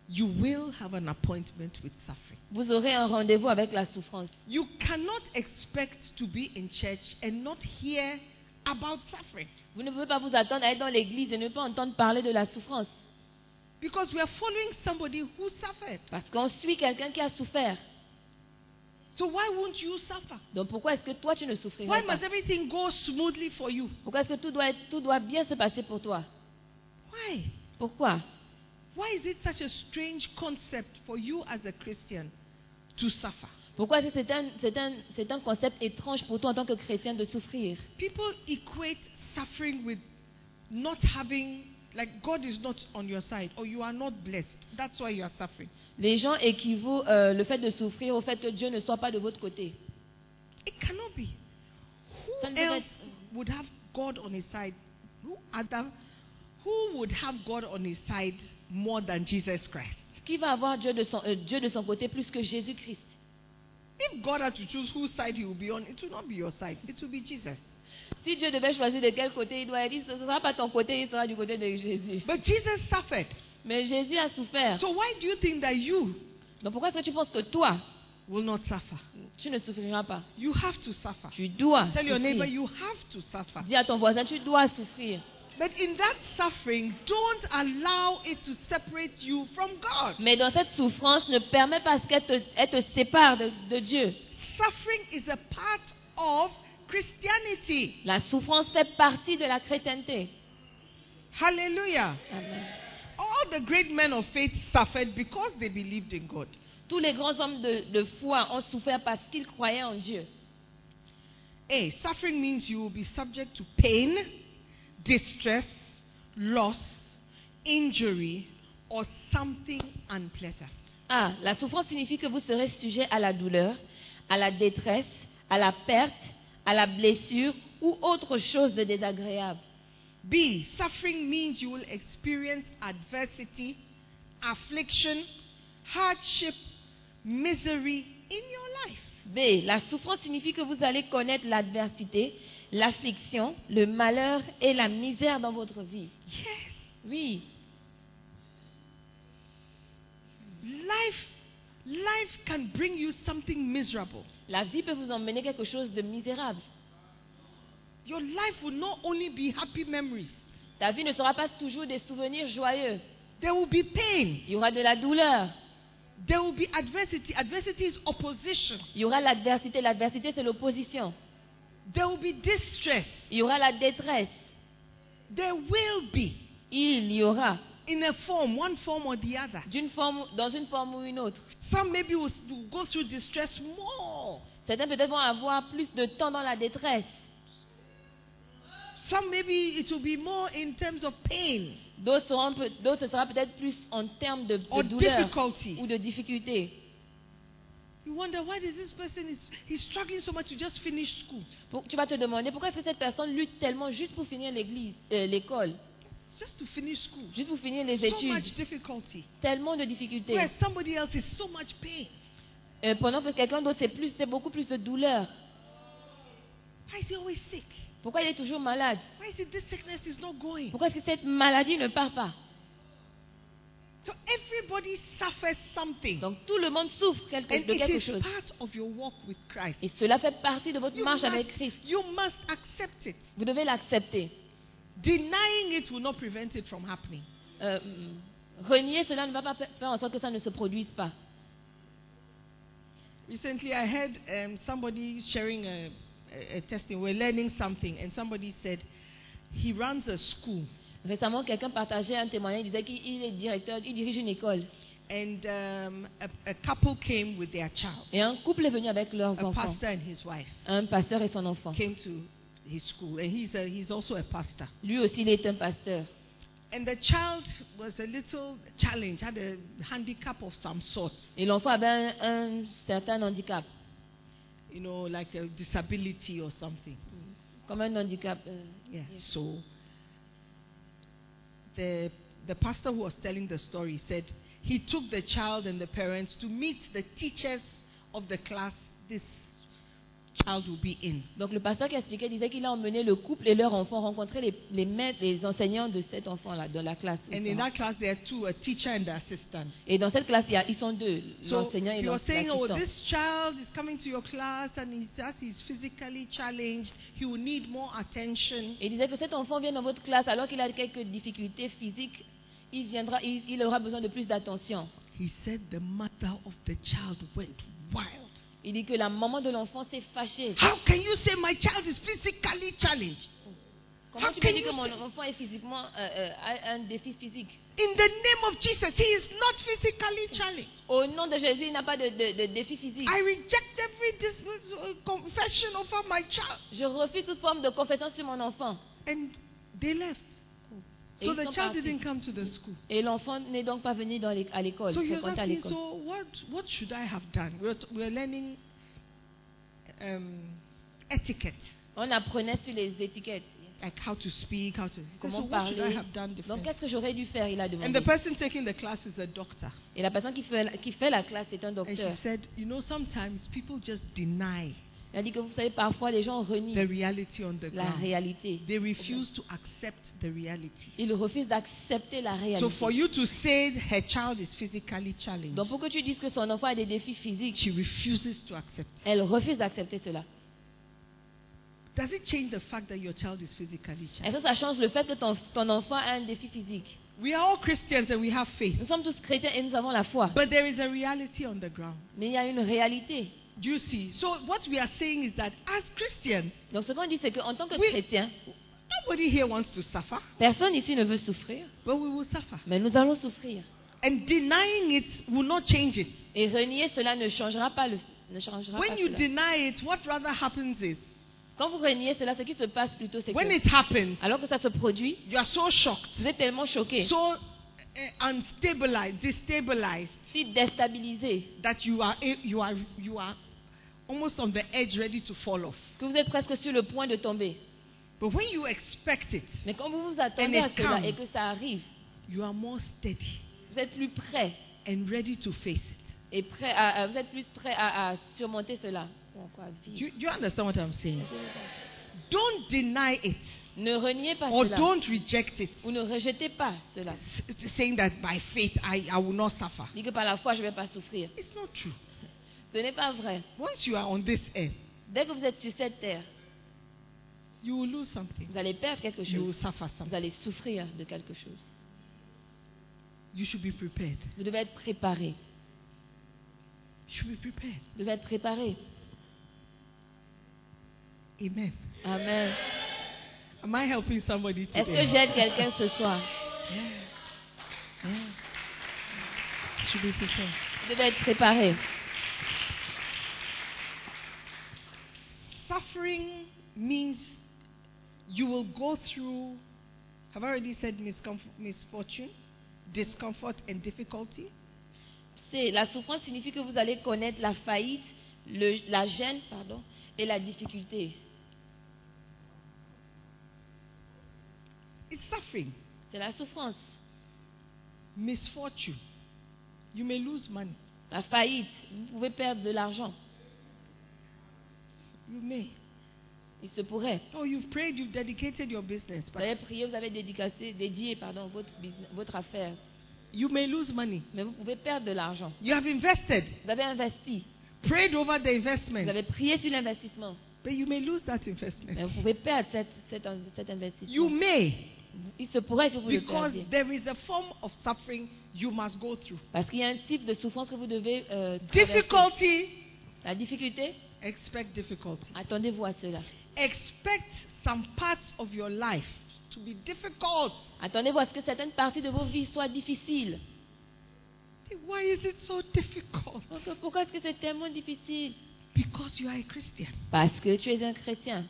C: you will have an appointment with suffering.
B: vous aurez un rendez-vous avec la souffrance.
C: You cannot expect to be in church and not hear about suffering
B: Vous ne pouvez pas vous attendre à être dans l'église et ne pas entendre parler de la souffrance.
C: because we are following somebody who suffered.
B: Parce qu'on suit quelqu'un qui a souffert.
C: So why won't you suffer?
B: Donc pourquoi est-ce que toi tu ne souffriras
C: Why
B: pas
C: must everything go smoothly for you?
B: Pourquoi est-ce que tout doit, être- tout doit bien se passer pour toi
C: Why?
B: Pourquoi
C: Why is it such a strange concept for you as a Christian to suffer?
B: Pourquoi est-ce que c'est un, c'est un- c'est un concept étrange pour toi en tant que chrétien de souffrir
C: People equate suffering with not having, like, God is not on your side or you are not blessed. That's why you are suffering.
B: Les gens équivaut euh, le fait de souffrir au fait que Dieu ne soit pas de votre côté.
C: It cannot be.
B: Ça ne peut
C: Who
B: pas
C: else
B: être-
C: would have God on his side? Who other? Who would have God on his side more than Jesus Christ?
B: Qui va avoir Dieu de son, euh, Dieu de son côté plus que Jésus-Christ
C: If God had to choose whose side he will be on, it will not be your side. It will be Jesus.
B: Si Dieu devait choisir de quel côté il doit être, il ne sera pas ton côté, il sera du côté de Jésus.
C: But Jesus suffered.
B: Mais Jésus a souffert.
C: So why do you think that you
B: Donc pourquoi est-ce que tu penses que toi,
C: will not suffer?
B: tu ne souffriras pas
C: You have to suffer.
B: Tu dois
C: Tell your neighbor
B: souffrir.
C: you have to suffer.
B: Dis à ton voisin, tu dois souffrir.
C: But in that suffering, don't allow it to separate you from God.
B: Mais dans cette souffrance, ne permets pas à ce qu'elle te, elle te sépare de, de Dieu.
C: Suffering is a part of Christianity.
B: La souffrance fait partie de la chrétienté.
C: Hallelujah.
B: Amen.
C: All the great men of faith suffered because they believed in God.
B: Tous les grands hommes de, de foi ont souffert parce qu'ils croyaient en Dieu.
C: A, suffering means you will be subject to pain, distress, loss, injury, or something unpleasant.
B: Ah, La souffrance signifie que vous serez sujet à la douleur, à la détresse, à la perte, à la blessure ou autre chose de désagréable.
C: B, suffering means you will experience adversity, affliction, hardship, misery in your life.
B: B. La souffrance signifie que vous allez connaître l'adversité, l'affliction, le malheur et la misère dans votre vie.
C: Yes,
B: Oui,
C: life life can bring you something miserable.
B: la vie peut vous emmener quelque chose de misérable.
C: Your life will not only be happy memories.
B: Ta vie ne sera pas toujours des souvenirs joyeux.
C: There will be pain.
B: Il y aura de la douleur,
C: There will be adversity. Adversity is opposition.
B: Il y aura l'adversité. L'adversité, c'est l'opposition.
C: There will be distress.
B: Il y aura la détresse.
C: There will be
B: Il y aura,
C: in a form, one form or the other.
B: d'une forme, dans une forme ou une autre.
C: Some maybe will, will go through distress more.
B: Certains peut-être vont avoir plus de temps dans la détresse.
C: Some maybe it will be more in terms of pain
B: D'autres, seront peut- d'autres, ce sera peut-être plus en termes de, de
C: or
B: douleur
C: difficulty.
B: ou de difficulté.
C: You wonder why does this person is he's struggling so much to just finish school?
B: Pour- tu vas te demander pourquoi est-ce que cette personne lutte tellement juste pour finir l'église, euh, l'école,
C: Just to finish school.
B: juste pour finir les
C: So
B: études.
C: much difficulty.
B: Tellement de difficultés.
C: Where somebody else is so much pain.
B: Euh, pendant que quelqu'un d'autre, c'est plus, c'est beaucoup plus de douleur.
C: Why is he always sick?
B: Pourquoi il est toujours malade
C: Why is it this sickness is not going?
B: Pourquoi est-ce que cette maladie ne part pas
C: So everybody suffers something.
B: Donc tout le monde souffre quelque-
C: And
B: de
C: it
B: quelque
C: is
B: chose.
C: part of your walk with Christ.
B: Et cela fait partie de votre
C: You
B: marche
C: must,
B: avec Christ.
C: you must accept it.
B: Vous devez l'accepter.
C: Denying it will not prevent it from happening.
B: Euh, mm, renier cela ne va pas fa- faire en sorte que ça ne se produise pas.
C: Recently, I heard um, somebody sharing a, a, a testing. We're learning something, and somebody said he runs a school,
B: Récemment, quelqu'un partageait un témoignage. Il disait qu'il il est directeur, il dirige une école.
C: and um, a, a couple came with their child.
B: Et un couple est venu avec leurs
C: A
B: enfants.
C: pastor and his wife
B: Un pasteur et son enfant.
C: came to his school, and he's a, he's also a pastor.
B: Lui aussi, il est un pasteur.
C: And the child was a little challenged, had a handicap of some sort,
B: Et l'enfant avait un, un certain handicap,
C: you know, like a disability or something.
B: comme un handicap. euh,
C: Yeah. So the the pastor who was telling the story said he took the child and the parents to meet the teachers of the class this child will be in.
B: Donc le pasteur qui expliquait disait qu'il a emmené le couple et leur enfant rencontrer les, les maîtres, les enseignants de cet enfant-là, dans la classe.
C: And in that class there are two, a teacher and an assistant.
B: Et dans cette classe, il y a- ils sont deux,
C: So
B: l'enseignant et
C: you're saying, oh,
B: l'assistant.
C: this child is coming to your class and he's, as he's physically challenged, he will need more attention.
B: Et il disait que cet enfant vient dans votre classe alors qu'il a quelques difficultés physiques, il viendra, il, il aura besoin de plus d'attention.
C: He said the mother of the child went wild.
B: Il dit que la maman de l'enfant s'est fâchée.
C: How can you say my child is physically challenged?
B: Comment
C: How
B: tu
C: can
B: peux dire
C: you
B: que mon
C: say-
B: enfant est physiquement euh, euh, a un défi physique
C: In the name of Jesus, he is not physically challenged.
B: Au nom de Jésus, il n'a pas de, de- de défi physique.
C: I reject every dis- uh, confession over my child.
B: Je refuse toute forme de confession sur mon enfant.
C: And they left.
B: Et
C: So
B: ils
C: the
B: sont
C: child
B: partis.
C: didn't come to the school.
B: Et l'enfant n'est donc pas venu dans l'é- à l'école.
C: So he was
B: fréquenter à
C: asking,
B: l'école.
C: so what, what should I have done? We're, t- we're learning um, etiquette,
B: On apprenait sur les étiquettes.
C: like how to speak, how to. He said, so
B: Comment
C: what should I
B: parler.
C: have done
B: Donc,
C: differently?
B: qu'est-ce que j'aurais dû faire Il a
C: And the
B: demandé.
C: person taking the class is a doctor.
B: Et la personne qui fait, la- qui fait la classe est un
C: And she
B: docteur.
C: said, you know, sometimes people just deny
B: Il a dit que vous savez, parfois, les gens
C: the
B: renient
C: reality on the
B: Mm. la
C: ground.
B: réalité.
C: They refuse to accept the reality.
B: Ils refusent d'accepter la
C: So
B: réalité.
C: for you to say her child is physically challenged,
B: Donc, pour que tu dises que son enfant a des défis physiques,
C: she refuses to accept it.
B: elle refuse d'accepter cela.
C: Does it change the fact that your child is physically
B: Est-ce
C: challenged?
B: que ça change le fait que ton, ton enfant a un défi physique
C: We are all Christians and we have faith,
B: Nous sommes tous chrétiens et nous avons la foi.
C: but there is a reality on the ground.
B: Mais il y a une réalité.
C: Do you see? So what we are saying is that as Christians,
B: Donc, ce qu'on dit, c'est qu'en tant que
C: Oui.
B: chrétien,
C: nobody here wants to suffer,
B: personne ici ne veut souffrir,
C: but we will suffer.
B: mais nous allons souffrir.
C: And denying it will not change it.
B: Et renier cela ne changera pas le ne changera pas
C: When you
B: cela.
C: deny it, what rather happens is
B: Quand vous reniez cela, ce qui se passe plutôt, c'est
C: when
B: que
C: it happens,
B: alors que ça se produit,
C: you are so shocked,
B: vous êtes tellement choqué,
C: so uh, unstabilized, destabilized.
B: si déstabilisé,
C: that you are you are you are almost on the edge ready to fall off
B: que vous êtes presque sur le point de tomber.
C: but when you expect it
B: Mais quand vous vous attendez
C: And
B: à
C: it
B: cela
C: comes.
B: et que ça arrive,
C: you are more steady
B: vous êtes plus prêt
C: and ready to face it
B: et prêt à, à- vous êtes plus prêt à, à surmonter cela. Ou encore à
C: do
B: vivre.
C: you, do you understand what i'm saying don't deny it
B: Ne reniez pas
C: or
B: cela
C: don't reject it
B: ou ne rejetez pas cela.
C: s- s- saying that by faith i, I will not suffer
B: Dites que par la foi, je ne vais pas souffrir.
C: it's not true
B: Ce n'est pas vrai.
C: once you are on this earth
B: Dès que vous êtes sur cette terre,
C: you will lose something
B: vous allez perdre quelque
C: you will
B: chose.
C: suffer
B: Vous
C: something
B: allez souffrir de quelque chose.
C: you should be prepared
B: Vous devez être préparé.
C: should be prepared.
B: Vous devez être préparé.
C: Amen.
B: Amen.
C: Am I helping somebody
B: Est-ce que
C: today?
B: j'aide quelqu'un ce soir
C: Yeah. Yeah. Should be prepared.
B: Vous devez être préparé.
C: Suffering means you will go through, I've already said miscomf- misfortune, discomfort, and difficulty.
B: C'est- la souffrance signifie que vous allez connaître la faillite, le- la gêne, pardon, et la difficulté.
C: It's suffering,
B: C'est la souffrance,
C: misfortune. You may lose money.
B: la faillite. Vous pouvez perdre de l'argent.
C: You may.
B: Il se pourrait.
C: Oh, you've prayed, you've dedicated your business,
B: Vous
C: but
B: avez prié, vous avez dédicacé, dédié pardon, votre, business- votre affaire.
C: you may lose money.
B: Mais vous pouvez perdre de l'argent.
C: You have invested,
B: Vous avez investi.
C: prayed over the
B: Vous
C: investment,
B: avez prié sur l'investissement.
C: but you may lose that
B: Mais
C: investment.
B: vous pouvez perdre cet, cet, cet
C: You
B: investissement.
C: may,
B: Il se pourrait que vous le
C: because
B: perdiez.
C: there is a form of suffering you must go through.
B: Parce qu'il y a un type de souffrance que vous devez euh, traverser.
C: Difficulty,
B: La difficulté,
C: expect difficulty.
B: attendez-vous à cela.
C: Expect some parts of your life to be difficult.
B: Attendez-vous à ce que certaines parties de vos vies soient difficiles.
C: Why is it so difficult?
B: Donc, euh, pourquoi est-ce que c'est tellement difficile
C: Because you are a Christian.
B: Parce que tu es un chrétien.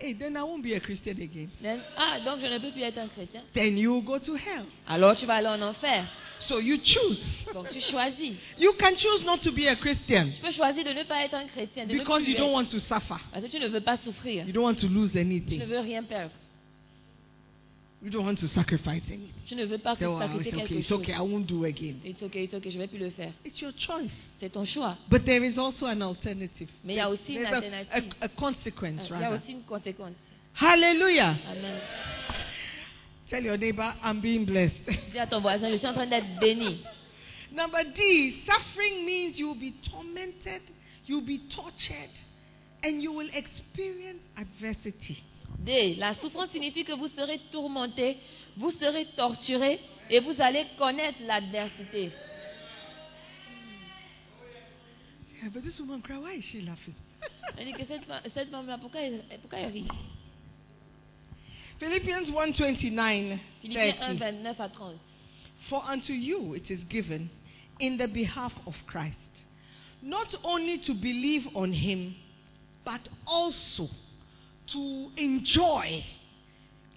C: Hey, then I won't be a Christian again.
B: Même- Ah, donc je ne peux plus être un chrétien.
C: Then you will go to hell.
B: Alors tu vas aller en enfer.
C: So you choose.
B: Donc tu choisis.
C: You can choose not to be a Christian
B: Tu peux choisir de ne pas être un chrétien. de ne
C: because
B: plus
C: you don't
B: être.
C: want to suffer.
B: Parce que tu ne veux pas souffrir.
C: You don't want to lose
B: Tu ne
C: anything.
B: veux rien perdre.
C: You don't want to sacrifice anything.
B: Tu ne veux pas
C: Say, "Oh,
B: sacrifier
C: it's
B: quelque
C: okay, it's
B: chose.
C: okay, I won't do again.
B: It's okay, it's okay, je ne vais plus le faire.
C: It's your choice.
B: C'est ton choix.
C: But there is also an alternative.
B: Mais il y a aussi une
C: There's a,
B: alternative.
C: a, a consequence,
B: Il y a
C: rather.
B: aussi une conséquence.
C: Hallelujah.
B: Amen.
C: Tell your neighbor, I'm being blessed.
B: Dis à ton voisin, je suis en train d'être béni.
C: Number D, suffering means you'll be tormented, you'll be tortured, and you will experience adversity.
B: D. La souffrance signifie que vous serez tourmenté, vous serez torturé et vous allez connaître l'adversité.
C: Yeah, but this woman cried, why is she laughing?
B: On dit que cette, femme- cette femme-là, pourquoi, elle- pourquoi elle rit
C: Philippians 1:29.
B: Philippiens 1,
C: 30.
B: 29 à 30.
C: For unto you it is given in the behalf of Christ, not only to believe on him, but also to enjoy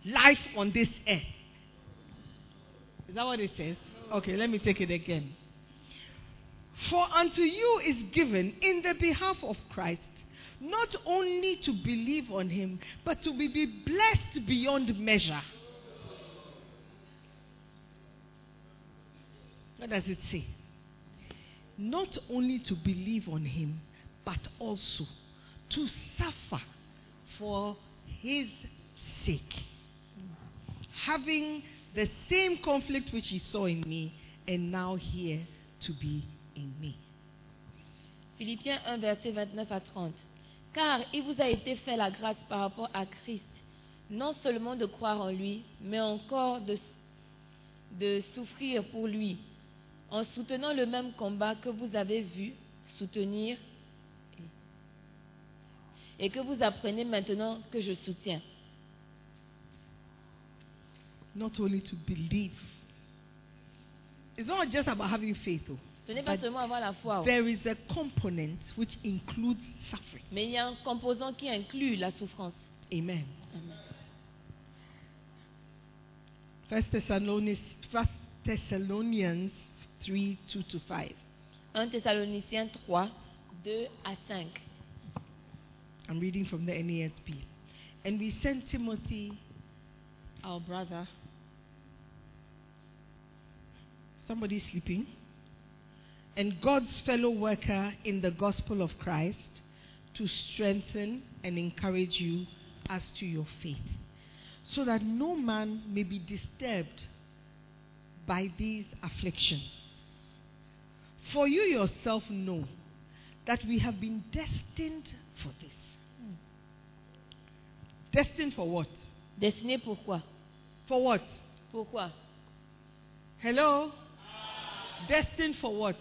C: life on this earth. Is that what it says? Okay, let me take it again. For unto you is given in the behalf of Christ, not only to believe on him, but to be- be blessed beyond measure. What does it say? Not only to believe on him, but also to suffer for his sake. Having the same conflict which he saw in me, and now here to be in me.
B: Philippiens 1, verset 29 à 30. Car il vous a été fait la grâce par rapport à Christ, non seulement de croire en lui, mais encore de, de souffrir pour lui, en soutenant le même combat que vous avez vu soutenir et que vous apprenez maintenant que je soutiens.
C: Not only to believe. It's not just about having faith, though.
B: Ce n'est pas
C: But
B: seulement avoir la foi, oh.
C: there is a component which includes suffering.
B: mais il y a un composant qui inclut la souffrance.
C: Amen.
B: Amen.
C: First Thessalonians, First Thessalonians 3 2 to 5.
B: 1 Thessaloniciens 3, 2 à 5.
C: I'm reading from the NASB. And we sent Timothy, our brother. Somebody sleeping. And God's fellow worker in the gospel of Christ to strengthen and encourage you as to your faith, so that no man may be disturbed by these afflictions. For you yourself know that we have been destined for this. Destined for what?
B: Destiné pourquoi
C: For what?
B: Pourquoi
C: Hello? Destined for what?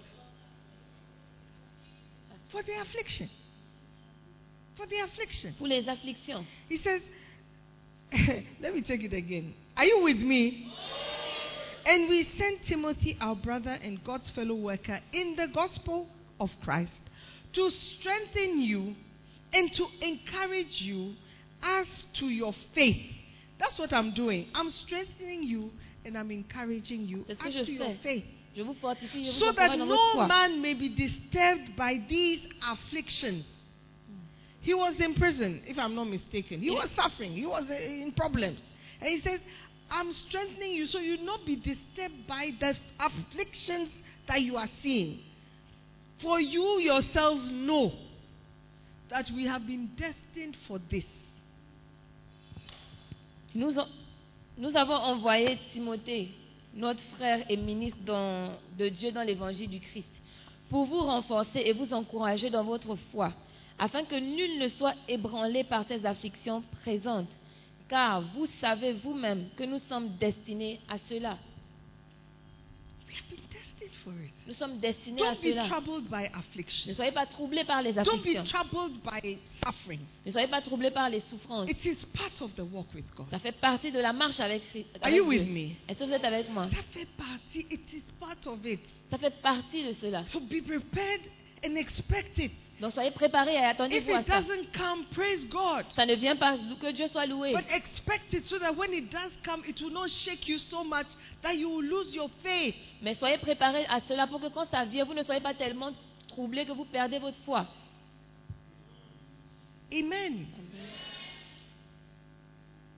C: for the affliction. For the affliction.
B: pour les afflictions.
C: He says, let me take it again. Are you with me? And we sent Timothy, our brother and God's fellow worker in the gospel of Christ, to strengthen you and to encourage you as to your faith. That's what I'm doing. I'm strengthening you and I'm encouraging you
B: C'est ce que
C: as
B: je
C: to your
B: fais.
C: faith.
B: Je vous fortifie, je vous
C: so that
B: encourage dans votre
C: no
B: foi.
C: man may be disturbed by these afflictions. He was in prison, if I'm not mistaken. He
B: Yeah.
C: was suffering. He was uh, in problems. And he says, I'm strengthening you so you not be disturbed by the afflictions that you are seeing. For you yourselves know that we have been destined for this.
B: Nous, en- nous avons envoyé Timothée, notre frère et ministre dans- de Dieu dans l'évangile du Christ, pour vous renforcer et vous encourager dans votre foi, afin que nul ne soit ébranlé par ces afflictions présentes, car vous savez vous-même que nous sommes destinés à cela.
C: We have been destined for it.
B: Nous sommes destinés à
C: Don't be
B: cela.
C: troubled by
B: Ne
C: affliction.
B: soyez pas troublés par les
C: Don't be
B: afflictions.
C: troubled by suffering.
B: Ne soyez pas troublés par les souffrances.
C: It is part of the walk with God.
B: Ça fait partie de la marche avec, Christ-
C: Are
B: avec
C: you
B: Dieu.
C: with me?
B: Est-ce que vous êtes avec moi
C: Ça fait partie, it is part of it.
B: Ça fait partie de cela.
C: So be prepared and expect it.
B: Donc soyez préparés et
C: If
B: attendez-vous à
C: it
B: ça.
C: doesn't come, praise God.
B: Ça ne vient pas, que Dieu soit loué.
C: But expect it so that when it does come, it will not shake you so much that you will lose your faith.
B: Mais soyez préparés à cela pour que quand ça vient, vous ne soyez pas tellement troublés que vous perdez votre foi.
C: Amen.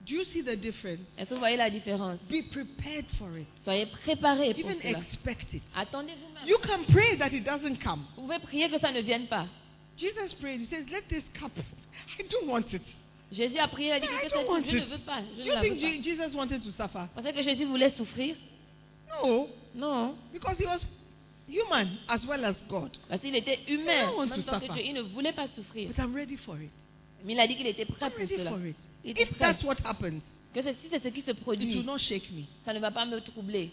C: Do you see the difference?
B: Est-ce que vous voyez la différence
C: Be prepared for it.
B: Soyez préparés pour
C: Even
B: cela.
C: expect it.
B: Attendez-vous même.
C: You can pray that it doesn't come.
B: Vous pouvez prier que ça ne vienne pas.
C: Jesus prayed, He says, Let this cup, I don't want it.
B: Jésus a prié, il a dit
C: I
B: que
C: don't want
B: je ne
C: it.
B: veux pas.
C: Do
B: Je ne
C: you
B: la
C: think
B: veux
C: Je- Jesus wanted to suffer?
B: pas. Pensez que Jésus voulait souffrir
C: No.
B: Non.
C: Because he was human as well as God.
B: Parce qu'il était
C: I
B: humain.
C: don't
B: En
C: want
B: même
C: to
B: temps que
C: suffer.
B: Dieu, il ne voulait pas souffrir.
C: But I'm ready for it.
B: Mais il a dit qu'il était prêt
C: I'm
B: pour
C: ready
B: cela.
C: for it.
B: Il était
C: If
B: prêt.
C: that's what happens,
B: Que ce- si c'est ce qui se
C: it will
B: produit,
C: not shake me.
B: ça ne va pas me troubler.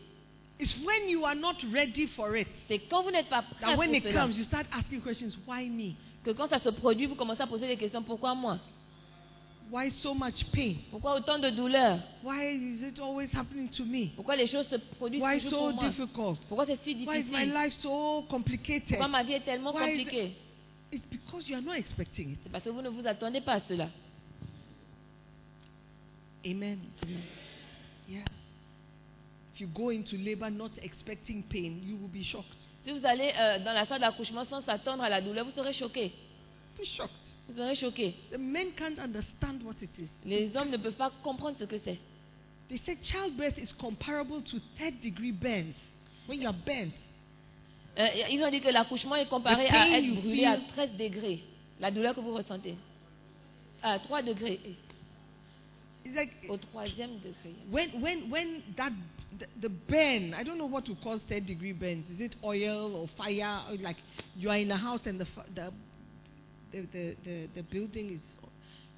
C: It's when you are not ready for it
B: C'est quand vous n'êtes pas prêt
C: that
B: pour
C: when it
B: cela.
C: comes, you start asking questions why me?
B: que quand ça se produit, vous commencez à poser des questions. Pourquoi moi
C: Why so much pain?
B: Pourquoi autant de douleur
C: Why is it always happening to me?
B: Pourquoi les choses se produisent
C: Why
B: toujours
C: so
B: pour moi
C: difficult?
B: Pourquoi c'est si
C: Why is my
B: difficile
C: life so complicated?
B: Pourquoi ma vie est tellement
C: Why is-
B: compliquée
C: It's because you are not expecting
B: C'est parce que vous ne vous attendez pas à cela.
C: it. Amen. Yeah. If you go into labor not expecting pain, you will be shocked.
B: Si vous allez euh, dans la salle d'accouchement sans s'attendre à la douleur, vous serez choqué.
C: Be shocked.
B: Vous serez choqué.
C: The men can't understand what it is.
B: Les hommes ne peuvent pas comprendre ce que c'est.
C: They said childbirth is comparable to third degree burns. When you are burnt,
B: Euh, ils ont dit que l'accouchement est comparé
C: The pain
B: à
C: you
B: être brûlé à
C: feel-
B: 13 degrés. La douleur que vous ressentez. À 3 degrés.
C: it's like
B: Au troisième degré.
C: when when when that the, the burn. I don't know what to cause third degree burns. Is it oil or fire? Or like you are in a house and the fi- the the, the, the, the building is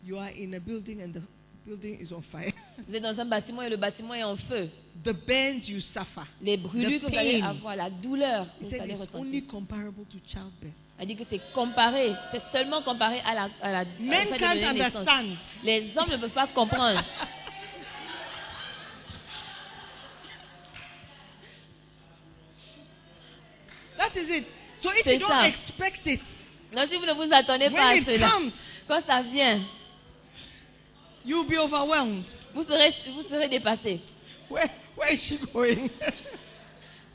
C: you are in a building and the building is on fire.
B: Vous êtes dans un bâtiment et le bâtiment est en feu.
C: the burns you suffer.
B: les brûlures
C: The
B: que vous allez
C: pain.
B: avoir, la douleur que
C: He
B: vous
C: said
B: allez
C: it's only
B: ressentir.
C: comparable to childbirth.
B: Elle dit que c'est comparé, c'est seulement comparé à la, à la- au fait
C: Men
B: de
C: can't
B: donner naissance.
C: understand.
B: Les hommes ne peuvent pas comprendre.
C: That is it. So if
B: C'est
C: you don't
B: ça.
C: expect it,
B: Donc si vous ne vous attendez pas
C: when
B: à
C: it
B: cela,
C: comes,
B: quand ça vient,
C: you'll be overwhelmed.
B: vous serez, vous serez dépassé.
C: Where, where is she going?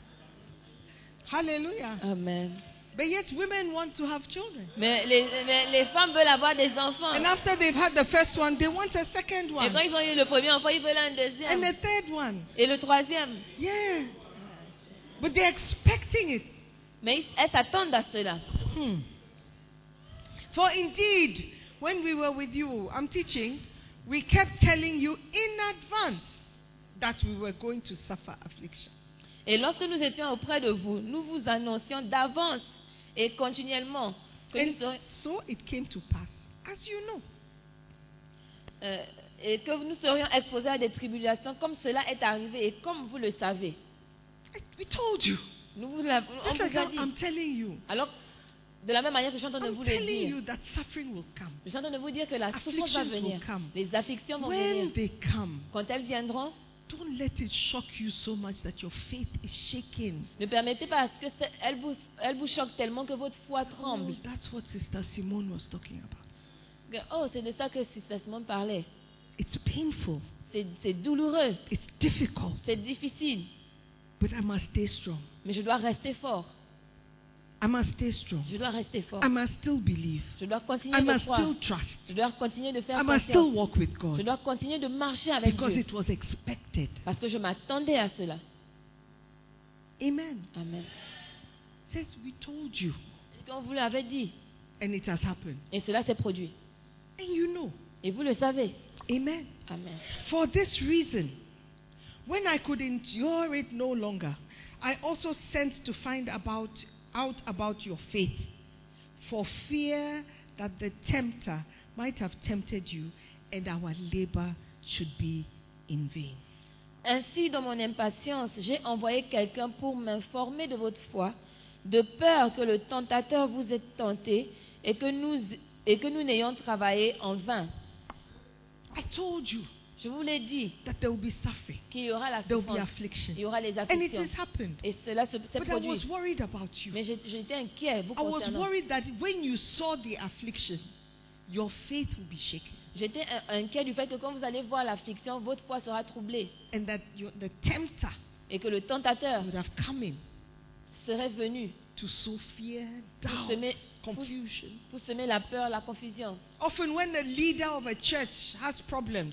C: Hallelujah.
B: Amen.
C: But yet, women want to have children.
B: Mais les, mais les femmes veulent avoir des enfants.
C: And after they've had the first one, they want a second
B: Et
C: one.
B: quand ils ont eu le premier enfant, ils veulent un
C: And a
B: deuxième.
C: third one.
B: Et le troisième.
C: Yeah. But they're expecting it.
B: Mais ils- elles s'attendent à cela.
C: Hmm. For indeed, when we were with you, I'm teaching, we kept telling you in advance that we were going to suffer affliction.
B: Et lorsque nous étions auprès de vous, nous vous annoncions d'avance et continuellement que nous
C: And
B: serions-
C: so it came to pass, as you know.
B: Euh, et que nous serions exposés à des tribulations comme cela est arrivé et comme vous le savez.
C: I- we told you.
B: Nous vous l'avons
C: Just like I'm
B: dit.
C: I'm telling you.
B: Alors, De la même manière que je suis en train de
C: I'm
B: vous le
C: telling
B: dire.
C: you that suffering will come.
B: Je suis en train de vous dire que la souffrance va
C: Afflictions will
B: venir.
C: come.
B: Les afflictions vont
C: When
B: venir.
C: they come,
B: Quand elles viendront,
C: don't let it shock you so much that your faith is shaken.
B: ne permettez pas à ce que ce- elles vous, elles vous choquent tellement que votre foi tremble.
C: Oh, that's what Sister Simone was talking about.
B: Que, oh, c'est de ça que Sister Simone parlait.
C: It's painful,
B: C'est c'est douloureux,
C: it's difficult,
B: c'est difficile,
C: but I must stay strong.
B: mais je dois rester fort.
C: I must stay strong.
B: Je dois rester fort.
C: I must still believe.
B: Je dois continuer
C: I
B: de
C: must
B: croire.
C: still trust.
B: Je dois continuer de faire
C: I must still
B: confiance.
C: walk with
B: Je
C: God
B: dois continuer de marcher avec
C: because
B: Dieu
C: it was expected.
B: parce que je m'attendais à cela.
C: Amen.
B: Amen.
C: Says we told you,
B: Quand vous l'avez dit,
C: and it has happened,
B: et cela s'est produit,
C: and you know.
B: et vous le savez.
C: Amen.
B: Amen.
C: For this reason, when I could endure it no longer, I also sent to find about, out about your faith, for fear that the tempter might have tempted you and our labor should be in vain.
B: Ainsi, dans mon impatience, j'ai envoyé quelqu'un pour m'informer de votre foi, de peur que le tentateur vous ait tenté et que nous, et que nous n'ayons travaillé en vain.
C: I told you
B: Je vous l'ai dit
C: that there will be suffering,
B: qu'il y aura la
C: there will be
B: souffrance, il y
C: affliction.
B: aura les
C: And it
B: afflictions.
C: has happened.
B: Et cela se- s'est
C: But I was
B: produit.
C: worried about you.
B: Mais j'ai- j'étais inquiet vous
C: I was
B: concernant.
C: worried that when you saw the affliction, your faith will be shaken.
B: J'étais in- inquiet du fait que quand vous allez voir l'affliction, votre foi sera troublée
C: And that your, the tempter
B: et que le tentateur
C: would have come in
B: serait venu
C: to sow fear,
B: pour
C: doubt,
B: semer, pour-
C: confusion.
B: pour semer la peur, la confusion.
C: Often, when the leader of a church has problems,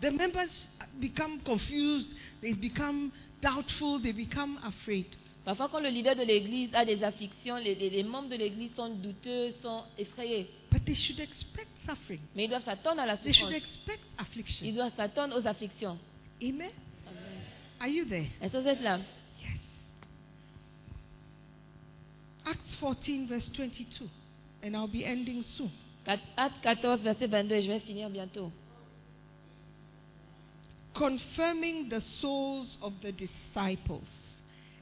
C: the members become confused, they become doubtful, they become afraid.
B: Parfois, quand le leader de l'église a des afflictions, les, les- les membres de l'église sont douteux, sont effrayés.
C: But they should expect suffering,
B: Mais ils doivent s'attendre à la
C: they should
B: souffrance.
C: expect
B: Ils
C: affliction.
B: doivent s'attendre aux afflictions.
C: Amen. Are you there?
B: Est-ce que vous êtes là
C: Yes. Acts 14, verse 22. And I'll be ending soon.
B: Quat- Acte 14, verset 22, et je vais finir bientôt.
C: confirming the souls of the disciples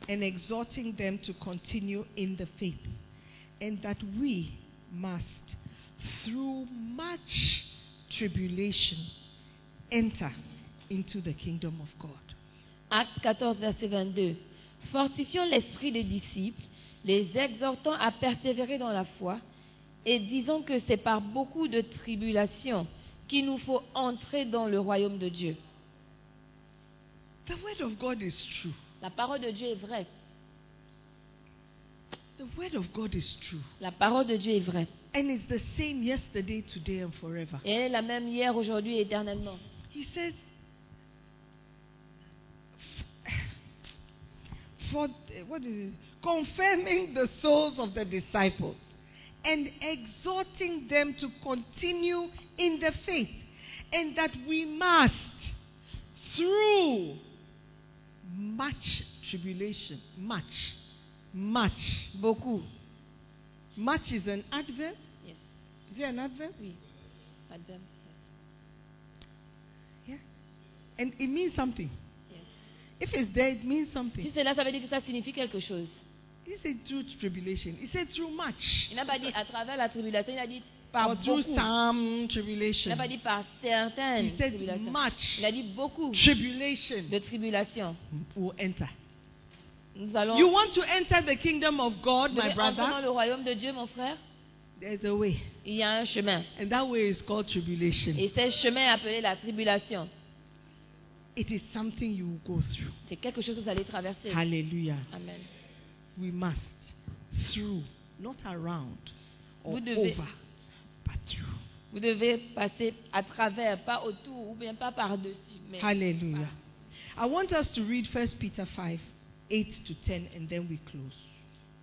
C: and exhorting them to continue in the faith, and that we must, through much tribulation, enter into the kingdom of God.
B: Acte 14, verset 22. Fortifiant l'esprit des disciples, les exhortant à persévérer dans la foi, et disons que c'est par beaucoup de tribulations qu'il nous faut entrer dans le royaume de Dieu.
C: The word of God is true.
B: La parole de Dieu est vraie.
C: The word of God is true.
B: La parole de Dieu est vraie.
C: And it's the same yesterday, today, and forever.
B: Et elle est la même hier, aujourd'hui et éternellement.
C: He says, for what is it? confirming the souls of the disciples and exhorting them to continue in the faith, and that we must, through much tribulation, much, much,
B: Beaucoup.
C: much is an adverb.
B: Yes.
C: Is it an adverb?
B: Oui. Madame.
C: Yeah. And it means something.
B: Yes.
C: If it's there, it means something.
B: Si c'est là, ça veut dire que ça signifie quelque chose.
C: He said through tribulation. He said through much.
B: Il n'a pas dit à travers la tribulation, il a dit par
C: Or through
B: beaucoup.
C: some
B: Il n'a pas
C: tribulation.
B: dit par certaines
C: He said
B: tribulations.
C: much
B: Il a dit beaucoup
C: tribulation
B: de tribulations.
C: will enter.
B: Nous allons
C: You want to enter the kingdom of God,
B: Vous devez
C: my
B: entrer dans
C: brother?
B: le royaume de Dieu, mon frère.
C: There's a way.
B: Il y a un chemin.
C: And that way is called tribulation.
B: Et ce chemin est appelé la tribulation.
C: It is something you will go through.
B: C'est quelque chose que vous allez traverser.
C: Hallelujah.
B: Amen.
C: We must through, not around or
B: Vous devez-
C: over, but through.
B: Vous devez passer à travers, pas autour ou bien pas par-dessus. Mais
C: Hallelujah. I want us to read 1 Peter 5, 8 to 10, and then we close.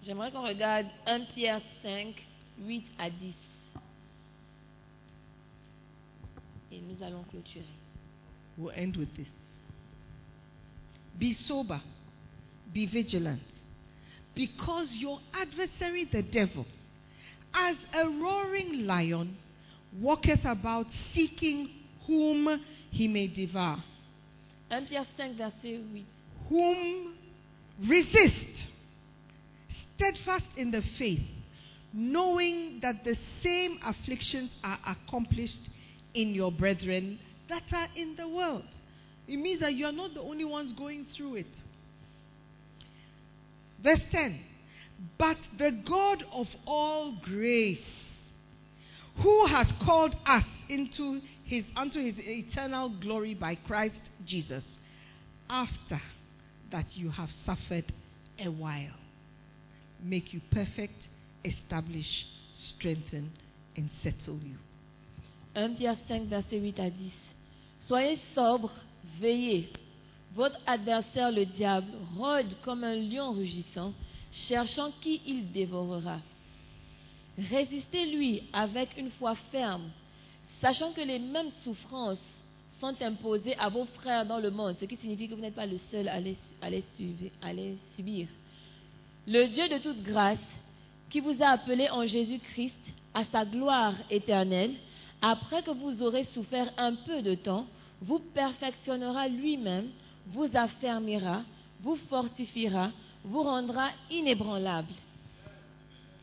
B: j'aimerais qu'on regarde 1 Pierre 5, 8 à 10. Et nous allons clôturer.
C: We'll end with this. Be sober, be vigilant, because your adversary, the devil, as a roaring lion, walketh about seeking whom he may devour.
B: 1 Pierre 5, verset 8.
C: Whom resist, steadfast in the faith, knowing that the same afflictions are accomplished in your brethren that are in the world. It means that you are not the only ones going through it. Verse 10 But the God of all grace, who has called us into his, unto his eternal glory by Christ Jesus, after that you have suffered a while, make you perfect, establish, strengthen, and settle you.
B: 1 Pierre 5, verset 8 à 10. Soyez sobres, veillez. Votre adversaire, le diable, rôde comme un lion rugissant, cherchant qui il dévorera. Résistez-lui avec une foi ferme, sachant que les mêmes souffrances sont imposées à vos frères dans le monde, ce qui signifie que vous n'êtes pas le seul à les, à les suivre- à les subir. Le Dieu de toute grâce, qui vous a appelé en Jésus-Christ à sa gloire éternelle, après que vous aurez souffert un peu de temps, vous perfectionnera lui-même, vous affermira, vous fortifiera, vous rendra inébranlable.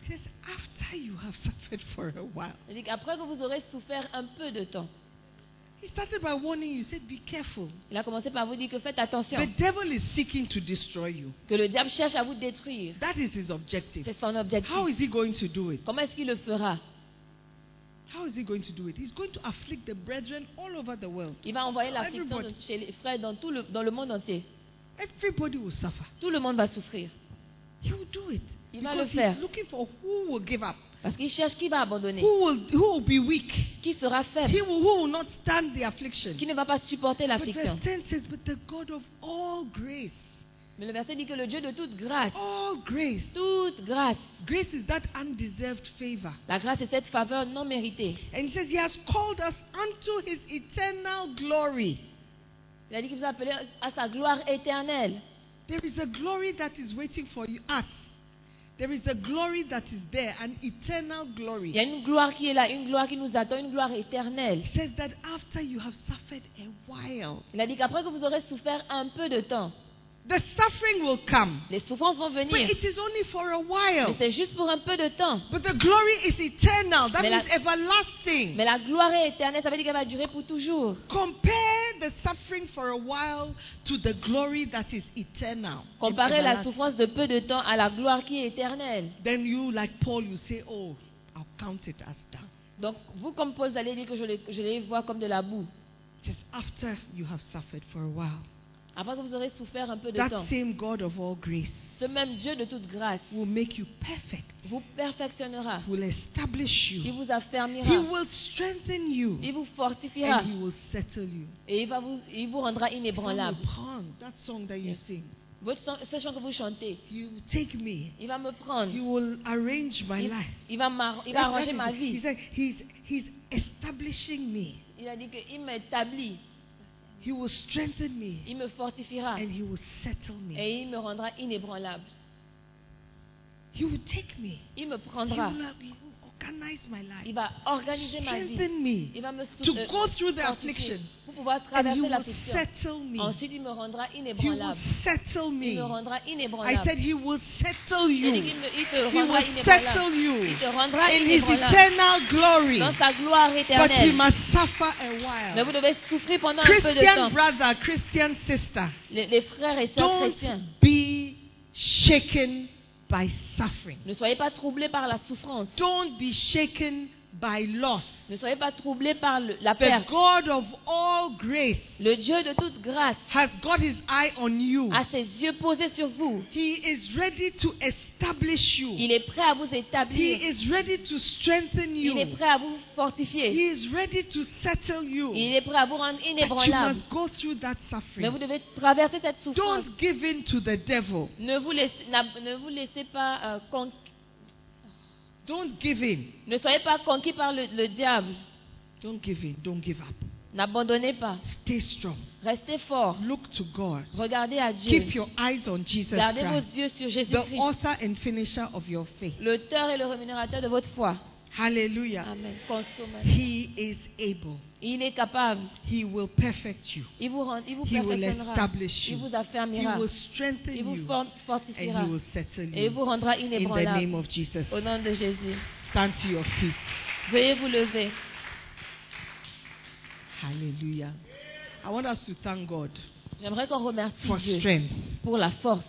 C: It says, after you have suffered for a while.
B: C'est-à-dire qu'après que vous aurez souffert un peu de temps,
C: He started by warning you, said, Be careful.
B: il a commencé par vous dire que faites attention,
C: The devil is seeking to destroy you.
B: que le diable cherche à vous détruire.
C: That is his objective.
B: C'est son objectif.
C: How is he going to do it?
B: Comment est-ce qu'il le fera
C: How is he going to do it? He's going to afflict the brethren all over the world.
B: Il va envoyer l'affliction
C: Everybody.
B: de- chez les frères dans, tout le, dans le monde entier.
C: Everybody will suffer.
B: Tout le monde va souffrir.
C: He will do it.
B: Il va le
C: because
B: faire.
C: he's looking for who will give up,
B: Parce qu'il cherche qui va abandonner,
C: who will, who will be weak,
B: qui sera faible,
C: he will, who will not stand the affliction.
B: qui ne va pas supporter
C: But verse
B: l'affliction.
C: 10 says, But the God of all grace,
B: Mais le verset dit que le Dieu de toute grâce,
C: all grace,
B: toute grâce,
C: grace is that undeserved favor.
B: la grâce est cette faveur non méritée.
C: And he says, He has called us unto His eternal glory.
B: Il a dit qu'il vous a appelé à sa gloire éternelle.
C: There is a glory that is waiting for you, us. There is a glory that is there, an eternal glory.
B: Il y a une gloire qui est là, une gloire qui nous attend, une gloire éternelle.
C: It says that after you have suffered a while,
B: Il a dit qu'après que vous aurez souffert un peu de temps,
C: the suffering will come.
B: les souffrances vont venir.
C: But it is only for a
B: Mais
C: while.
B: c'est juste pour un peu de temps.
C: But the glory is eternal. That
B: Mais la-
C: means everlasting.
B: Mais la gloire est éternelle, ça veut dire qu'elle va durer pour toujours.
C: Compare the suffering for a while to the glory that is eternal.
B: Comparer la
C: Everlasting.
B: souffrance de peu de temps à la gloire qui est éternelle.
C: Then you, like Paul, you say, Oh, I'll count it as done.
B: Donc, vous, comme Paul, vous allez dire que je les, je les vois comme de la boue.
C: It says, after you have suffered for a while,
B: Après que vous aurez souffert un peu de temps,
C: that same God of all grace
B: ce même Dieu de toute grâce
C: will make you perfect,
B: vous perfectionnera.
C: will establish
B: Il
C: you,
B: vous affermira.
C: He will strengthen
B: Il
C: you,
B: vous fortifiera.
C: and He will settle you.
B: Et il, va vous, il vous rendra
C: From
B: inébranlable.
C: upon that song that you sing,
B: Votre chant- ce chant que vous chantez,
C: you take me,
B: il va me prendre.
C: you will arrange my
B: Il,
C: life.
B: il va, m'arr- il va
C: That's
B: arranger
C: what
B: ma
C: he- He
B: vie.
C: said, he's, he's establishing me.
B: Il a dit qu'il m'établit,
C: He will strengthen me
B: il me fortifiera
C: and he will settle me.
B: et il me rendra inébranlable.
C: He will take me.
B: Il me
C: He will,
B: prendra.
C: he will organize my
B: Il
C: life.
B: va organiser ma vie.
C: Strengthen me.
B: Il va me sou-
C: To
B: euh,
C: go through
B: fortifier
C: the affliction.
B: pour pouvoir
C: And he
B: traverser
C: will
B: l'affliction.
C: settle me.
B: Ensuite, il me rendra
C: He will
B: inébranlable.
C: settle
B: Il
C: me.
B: me rendra
C: I said
B: inébranlable.
C: he will settle
B: Il dit qu'il
C: you.
B: me- il te
C: He
B: rendra
C: will settle
B: inébranlable.
C: you
B: Il te rendra
C: in his
B: inébranlable
C: eternal glory.
B: dans sa gloire
C: But you
B: éternelle.
C: must suffer a
B: Mais vous
C: while.
B: devez souffrir pendant un peu de
C: Christian
B: temps.
C: brother, Christian sister.
B: Les, les frères et sœurs
C: Don't
B: chrétiens,
C: be shaken by suffering.
B: ne soyez pas troublés par la souffrance.
C: Don't be shaken by loss.
B: Ne soyez pas troublés par le- la
C: The
B: perte.
C: God of all grace
B: Le Dieu de toute grâce
C: has got his eye on you.
B: a ses yeux posés sur vous.
C: He is ready to establish
B: Il
C: you.
B: est prêt à vous
C: He
B: établir.
C: is ready to strengthen
B: Il est
C: you.
B: prêt à vous fortifier.
C: He is ready to settle
B: Il
C: you.
B: est prêt à vous rendre
C: But you
B: inébranlable.
C: must go through that
B: Mais vous
C: suffering.
B: devez traverser cette souffrance.
C: Don't give in to the devil.
B: Ne vous laissez, n'a- ne vous laissez pas euh, con-
C: Don't give in.
B: ne soyez pas conquis par le, le diable.
C: Don't give in. Don't give up.
B: N'abandonnez pas.
C: Stay strong.
B: Restez fort.
C: Look to God.
B: Regardez à Dieu.
C: Keep your eyes on Jesus
B: Gardez
C: Christ,
B: vos yeux sur
C: the
B: Jésus-Christ,
C: author and finisher of your faith.
B: l'auteur et le rémunérateur de votre foi.
C: Hallelujah.
B: Amen. Consommation.
C: He is able.
B: Il est capable.
C: He will perfect you.
B: Il vous, rend, il vous
C: He will
B: perfectionnera.
C: establish
B: Il
C: you.
B: vous
C: He
B: affermira.
C: will strengthen
B: Il vous
C: you.
B: for-
C: And he
B: fortifiera.
C: will settle
B: Et il vous
C: you.
B: rendra
C: In the name
B: inébranlable.
C: of Jesus.
B: Au nom de Jésus.
C: Stand to your feet.
B: Veuillez vous lever.
C: Hallelujah. I want us to thank God
B: J'aimerais qu'on remercie
C: for
B: Dieu
C: strength.
B: pour la force.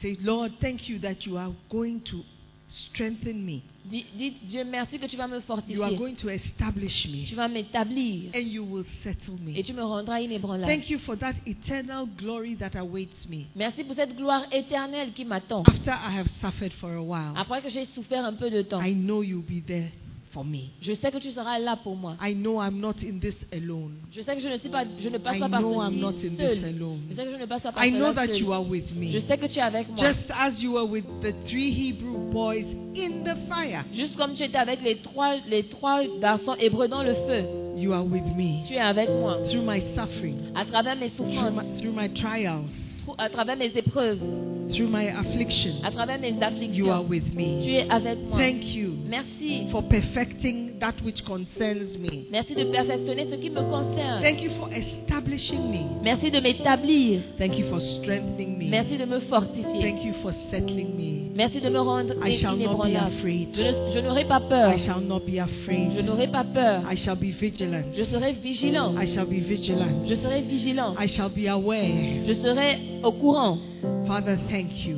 C: Say, Lord, thank you that you are going to strengthen me.
B: Di- Dites Dieu merci que tu vas me
C: You are
B: fortifier.
C: going to establish
B: Tu
C: me.
B: vas m'établir
C: And you will settle
B: et
C: me.
B: tu me rendras inébranlable.
C: Thank you for that eternal glory that awaits me
B: Merci pour cette gloire éternelle qui m'attend.
C: after I have suffered for a while.
B: Après que j'ai souffert un peu de temps,
C: Ah. I know you'll be there for me.
B: je sais que tu seras là pour moi.
C: I know I'm not in this alone.
B: Je sais que je ne suis pas, je ne passe
C: I
B: pas par
C: know I'm not
B: ceci
C: in this
B: seul.
C: alone.
B: Je sais que je ne passe pas par
C: I know
B: cela
C: that you
B: seul.
C: are with
B: Je
C: me.
B: sais que tu es avec moi.
C: Just as you were with the three Hebrew boys in the fire,
B: Juste comme tu étais avec les trois, les trois garçons hébreux dans le feu,
C: you are with me.
B: tu es avec moi.
C: Through my suffering,
B: À travers mes
C: through
B: souffrances,
C: my, through my trials,
B: trou- à travers mes épreuves,
C: through my affliction,
B: à travers mes
C: you are
B: afflictions,
C: with
B: tu
C: me.
B: es avec moi.
C: Thank you
B: Merci.
C: for perfecting that which concerns me.
B: Merci de perfectionner ce qui me concerne.
C: Thank you for establishing me.
B: Merci de m'établir.
C: Thank you for strengthening me.
B: Merci de me fortifier.
C: Thank you for settling me.
B: Merci de me rendre
C: I shall not be
B: inébranlable. Je,
C: afraid.
B: ne- je n'aurai pas peur.
C: I shall not be
B: Je
C: afraid.
B: n'aurai pas peur.
C: I shall be vigilant.
B: Je serai vigilant.
C: I shall be vigilant.
B: Je serai vigilant.
C: I shall be aware.
B: Je serai au courant.
C: Father, thank you.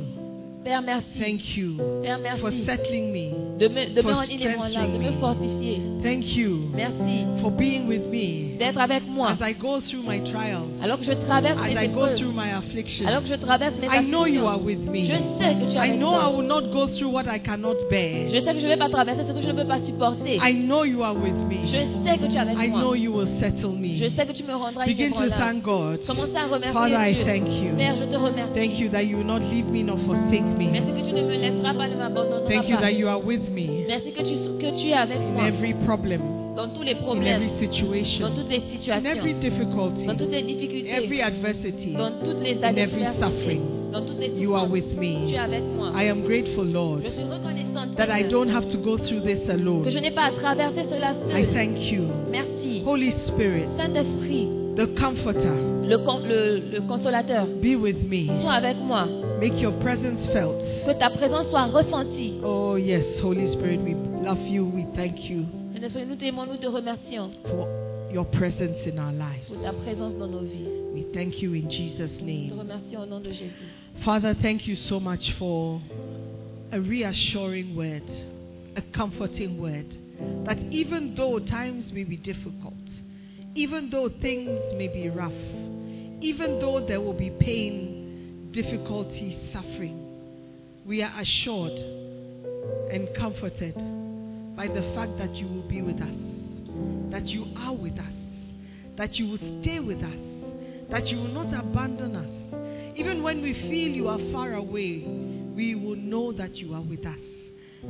B: Père, merci.
C: Thank you
B: Père,
C: for
B: merci.
C: settling me.
B: De me, de me
C: for
B: rendre inébranlable, de me
C: strengthening me.
B: fortifier.
C: Thank you
B: Merci
C: for being with me
B: d'être avec moi.
C: as I go through my trials,
B: Alors que je traverse
C: as
B: mes
C: I go
B: épreuves.
C: through my
B: Alors
C: affliction.
B: que je traverse mes
C: I know you are
B: afflictions.
C: with
B: Je
C: me.
B: sais que tu es
C: I
B: avec
C: know I
B: moi.
C: will not go through what I cannot
B: Je
C: bear.
B: sais que je ne vais pas traverser ce que je ne peux pas supporter.
C: I know you are with
B: Je
C: me.
B: sais que tu es
C: I
B: avec
C: know
B: moi.
C: you will settle
B: Je
C: me.
B: sais que tu me rendras
C: Begin to
B: inébranlable.
C: thank God.
B: Commence à
C: Father, I
B: remercier
C: thank
B: Dieu. Père,
C: you.
B: je te remercie.
C: Thank you that you will not leave me nor forsake me.
B: Merci que tu ne me laisseras pas, ne
C: Thank you
B: m'abandonneras
C: that
B: pas.
C: you are with me
B: Merci que tu, que tu es avec
C: in
B: moi
C: every problem,
B: dans tous les
C: in every
B: problèmes, dans
C: situation,
B: toutes les
C: in every
B: situations, dans toutes
C: difficulty,
B: les
C: in every
B: difficultés,
C: adversity,
B: dans toutes les
C: in every
B: adversités,
C: suffering.
B: dans toutes les
C: You are
B: souffrances.
C: with
B: Tu es
C: me.
B: avec moi.
C: I am grateful,
B: Je
C: Lord,
B: suis reconnaissante
C: that I
B: Seigneur,
C: don't have to go through this
B: que je
C: alone.
B: n'ai pas à traverser cela
C: I
B: seul.
C: thank you.
B: Merci.
C: Holy Spirit,
B: Saint-Esprit,
C: the Comforter,
B: le, con- le, le consolateur,
C: be with me.
B: sois avec moi.
C: Make your presence felt.
B: Que ta présence soit ressentie.
C: Oh, yes, Holy Spirit, we love you. We thank you
B: Seigneur, nous t'aimons, nous te remercions
C: for your presence in our lives.
B: pour ta présence dans nos vies.
C: We thank you in
B: Nous
C: Jesus'
B: te
C: name.
B: remercions au nom de Jésus.
C: Father, thank you so much for a reassuring word, a comforting word. That even though times may be difficult, even though things may be rough, even though there will be pain, difficulty, suffering, we are assured and comforted by the fact that you will be with us, that you are with us, that you will stay with us, that you will not abandon us. Even when we feel you are far away, we will know that you are with us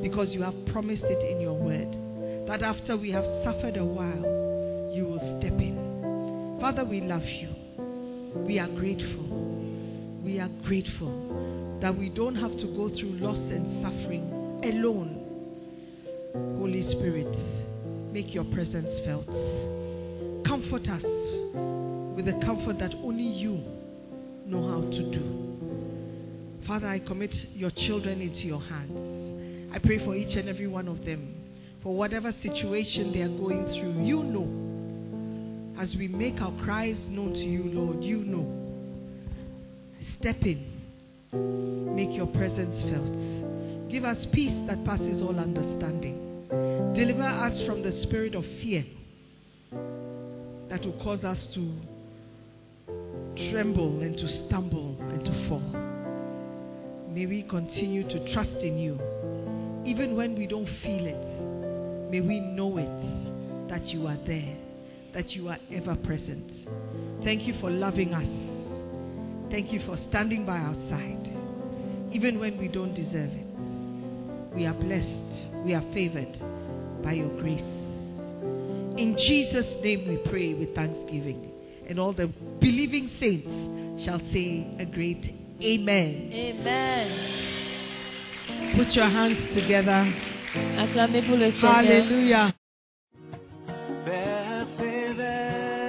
C: because you have promised it in your word that after we have suffered a while, you will step in. Father, we love you. We are grateful. We are grateful that we don't have to go through loss and suffering alone. Holy Spirit, make your presence felt. Comfort us with the comfort that only you know how to do. Father, I commit your children into your hands. I pray for each and every one of them, for whatever situation they are going through, you know. As we make our cries known to you, Lord, you know. Step in, make your presence felt. Give us peace that passes all understanding. Deliver us from the spirit of fear that will cause us to tremble and to stumble and to fall. May we continue to trust in you, even when we don't feel it. May we know it that you are there, that you are ever present. Thank you for loving us. Thank you for standing by our side even when we don't deserve it. We are blessed, we are favored by your grace. In Jesus' name we pray with thanksgiving. And all the believing saints shall say a great Amen.
B: Amen.
C: Put your hands together
B: Acclamez pour le Seigneur.
C: Hallelujah.